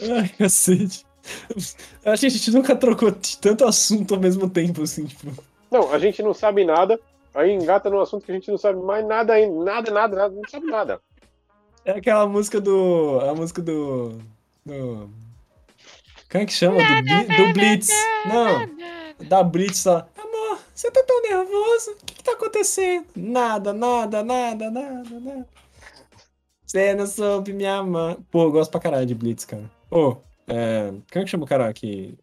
Ai, cacete. Acho que a gente nunca trocou de tanto assunto ao mesmo tempo, assim, tipo.
Não, a gente não sabe nada, Aí engata num assunto que a gente não sabe mais nada ainda. Nada, nada, nada, não sabe nada.
É aquela música do. A música do. do- Como é que chama? Do, Bli- do Blitz. Não. Da Blitz lá. Amor, você tá tão nervoso? O que, que tá acontecendo? Nada, nada, nada, nada, nada. Você não soube me amar. Pô, eu gosto pra caralho de Blitz, cara. Ô, é, como é que chama o cara aqui?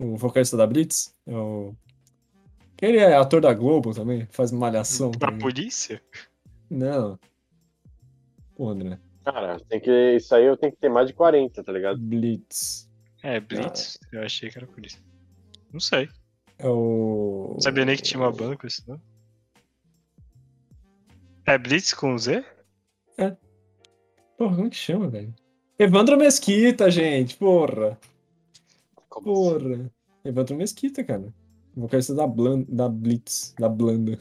O vocalista da Blitz? É o. Ele é ator da Globo também, faz malhação.
Da
também.
polícia?
Não. Pô, André.
Cara, tem que, isso aí eu tenho que ter mais de 40, tá ligado?
Blitz.
É, Blitz. Eu achei que era polícia. Não sei.
É o.
Não sabia nem que tinha uma banda com esse nome. É Blitz com Z?
Porra, como é que chama, velho? Evandro Mesquita, gente. Porra.
Como assim?
Porra. Evandro Mesquita, cara. Vocalista da, Blan... da Blitz. Da Blanda.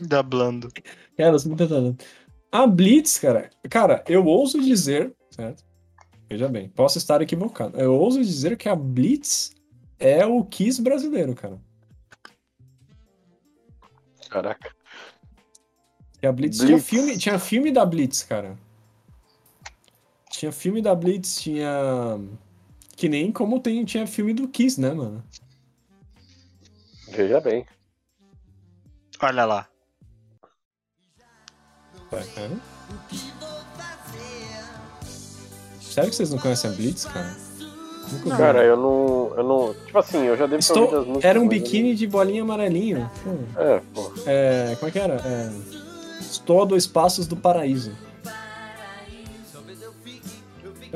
Da Blando.
Cara, eu sou muito retardado. A Blitz, cara. Cara, eu ouso dizer. Certo? Veja bem, posso estar equivocado. Eu ouso dizer que a Blitz é o Kiss brasileiro, cara. assim?
Caraca.
E a Blitz, tinha
Blitz.
filme, tinha filme da Blitz, cara. Tinha filme da Blitz, tinha que nem como tem, tinha filme do Kiss, né, mano?
Veja bem.
Olha lá.
Sério que vocês não conhecem a Blitz, cara? Nunca ouvi.
Cara, eu não. Eu não. Tipo assim, eu já devo ter ouvido
Estou...
as músicas.
Era um
mas eu
biquíni de bolinha amarelinha. Hum.
não- É, pô.
É, como é que era? É... Estou a dois passos do paraíso.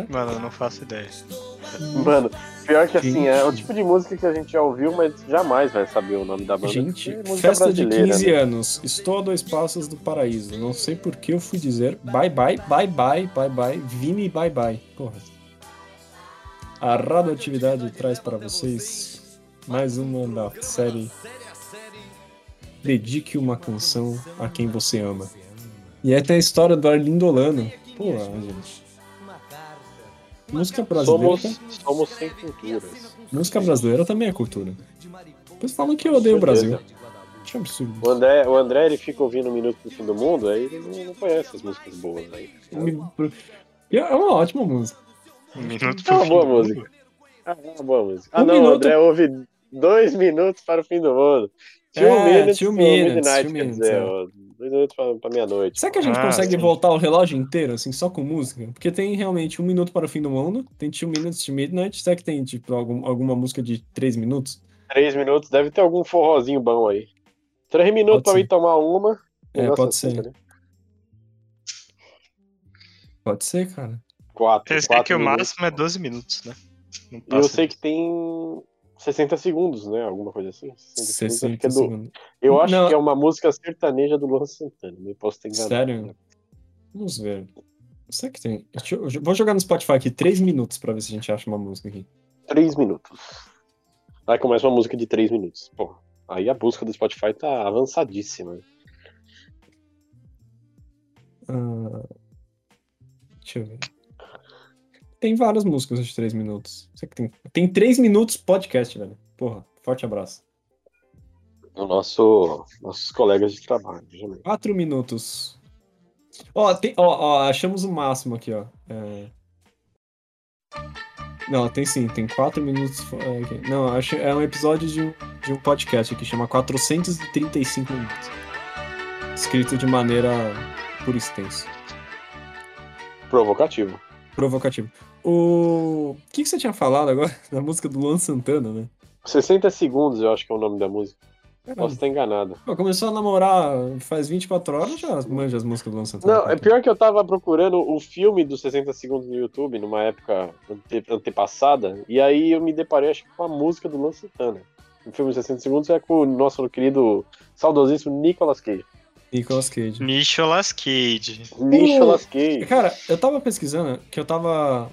Mano, eu não faço ideia.
Mano, pior que assim,
Gente.
é o tipo de música que a gente já ouviu, mas jamais vai saber o nome da banda.
Gente,
porque é música
festa de
brasileira,
15
né?
anos. Estou a dois passos do paraíso. Não sei por que eu fui dizer bye bye, bye bye, bye bye, Vini bye bye. Porra. A radioatividade traz para vocês mais uma da série Dedique uma canção a quem você ama. E aí tem a história do Arlindo Olano. Porra, gente. Música brasileira,
Somos, somos sem culturas.
música brasileira também é cultura. Vocês falam que eu odeio o Brasil. Que absurdo.
O André, o André ele fica ouvindo um minuto do fim do mundo, aí ele não, não conhece as músicas boas né? aí.
Me- pro- É uma ótima música.
Um minuto
É
pro
uma
fim
boa
do mundo.
música. Ah, é uma boa música. Ah,
Um
não,
minuto-
o André ouve dois minutos para o fim do mundo. Two
É,
minutes
two
to
minutes,
midnight,
two
quer
minutes,
dizer,
é.
ó, dois minutos para, para meia-noite.
Será que a gente
Ah,
consegue
sim.
voltar o relógio inteiro, assim, só com música? Porque tem realmente um minuto para o fim do mundo, tem Two Minutes to Midnight, será que tem, tipo, algum- alguma música de três minutos?
Três minutos, deve ter algum forrozinho bom aí. Três
Pode
minutos para
ser.
mim tomar uma.
É,
Negócio
pode
assim,
ser.
né?
Pode ser, cara.
Quatro.
Eu sei
quatro
que o
minutos.
máximo é 12 minutos, né? Não
E eu
passa.
sei que tem 60 segundos, né? Alguma coisa assim. 60 segundos, acho que
60
é do-
segundos.
Eu acho
Não.
que é uma música sertaneja do Luan Santana. Me posso ter enganado.
Sério? Vamos ver. Será que tem? Deixa eu- eu vou jogar no Spotify aqui três minutos pra ver se a gente acha uma música aqui.
Três minutos. Aí começa uma música de três minutos. Pô, aí a busca do Spotify tá avançadíssima.
Ah, Deixa eu ver. Tem várias músicas de 3 minutos. Será que tem... tem 3 minutos podcast, velho. Porra, forte abraço.
O nosso, nossos colegas de trabalho. realmente.
4 minutos. Ó, tem... ó, ó, achamos o máximo aqui, ó. É. Não, tem sim, tem 4 minutos. fo- é, aqui. Não, acho... é um episódio de um, de um podcast aqui, chama 435 minutos. Escrito de maneira por extenso.
Provocativo.
Provocativo. O... o que, que você tinha falado agora da música do Luan Santana, né?
60 segundos, eu acho que é o nome da música. Posso
Caramba.
estar enganado.
Pô, começou a namorar faz 24 horas, já manja as músicas do Luan Santana. Tá
Não, é pior que eu tava procurando o filme dos 60 segundos no YouTube, numa época ante- antepassada, e aí eu me deparei, acho que com a música do Luan Santana. O filme dos 60 segundos é com o nosso querido, saudosíssimo Nicolas Cage.
Nicolas Cage.
Nicolas Cage.
Nicolas Cage.
Cara, eu tava pesquisando que eu tava.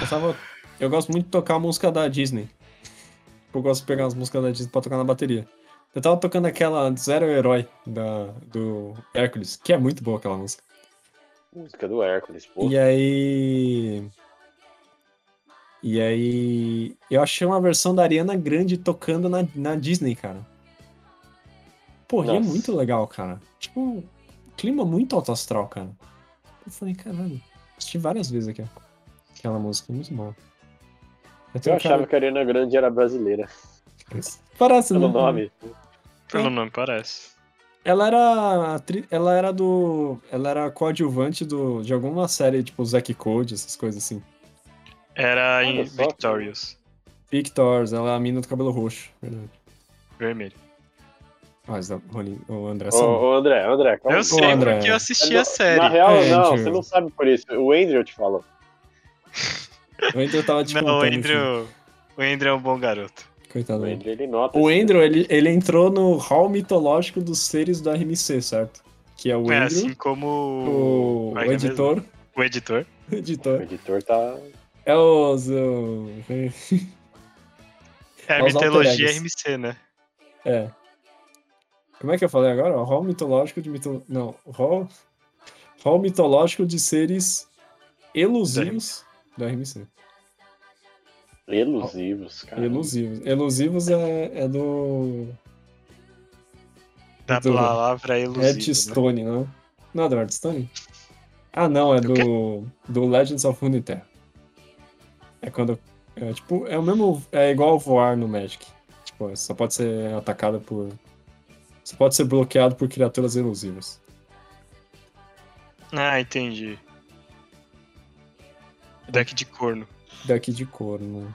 Eu tava. Eu gosto muito de tocar a música da Disney. Eu gosto de pegar as músicas da Disney pra tocar na bateria. Eu tava tocando aquela Zero Herói da, do Hércules, que é muito boa aquela música.
Música do Hércules, pô.
E aí. E aí. Eu achei uma versão da Ariana Grande tocando na, na Disney, cara. Porra, e é
Nossa.
muito legal, cara. Tipo, clima muito alto astral, cara. Eu falei, caralho, assisti várias vezes aqui, ó. aquela música, é muito bom.
Eu
Então, um
achava que a Ariana Grande era brasileira.
Parece,
Pelo
né?
nome.
Pelo nome parece.
Ela era atri- ela era do, ela era coadjuvante do de alguma série tipo Zack Code, essas coisas assim.
Era em
Olha só,
Victorious.
Victors, ela é a mina do cabelo roxo, verdade. Ah,
Vermelho.
Mas é o Rolim- o André
Ô,
sabe.
ô, André, André, calma.
Eu sei
André.
porque eu assisti
Na-
a série.
Na real,
É,
não,
Andrew.
você não sabe por isso. O Andrew te falou.
O Andrew tava te
Não, o
né,
contando,
Andrew, o Andrew é um bom garoto.
enfim. Coitado
O
dele.
Andrew, ele nota.
Uhum. O
isso.
Andrew, ele, ele entrou no hall mitológico dos seres do RMC, certo? Que é o
é,
Andrew,
assim como
o,
Como é
o
que é mesmo?
editor.
o editor.
O
O
editor.
editor tá.
É os. o-
É a
Os
mitologia
alter egos.
RMC, né?
É. Como é que eu falei agora? O hall mitológico de mito... Não, o hall... hall mitológico de seres elusivos do RMC.
Elusivos, cara.
Elusivos. Elusivos é, é do
Da
Do-
palavra
Ed
ilusiva. Né?
Stone, não? Não é do Ed Stone? Ah, não, é do, do Legends of Runeterra. É quando. É, tipo, é o mesmo. É igual voar no Magic. Tipo, só pode ser atacado por. Só pode ser bloqueado por criaturas elusivas.
Ah, entendi. Deck de corno.
Daqui de couro, né?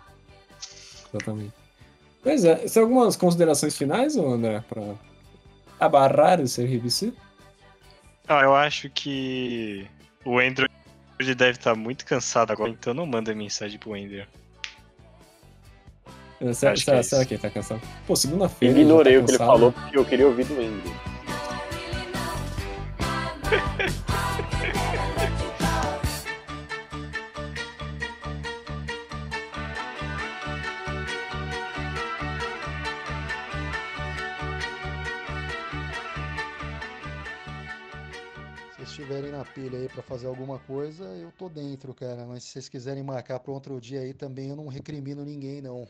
Exatamente. Pois é, tem algumas considerações finais, ô André, pra abarrar o seu RBC?
Ah, eu acho que o Andrew ele deve estar muito cansado agora, então não manda mensagem pro Andrew.
Será,
Acho que
será,
é
será
isso.
que ele tá cansado? Pô, segunda-feira. ele já tá
Ignorei o que ele
cansado.
falou porque eu queria ouvir do Andrew.
Se vocês estiverem na pilha aí pra fazer alguma coisa, eu tô dentro, cara. Mas se vocês quiserem marcar pra outro dia aí também, eu não recrimino ninguém, não.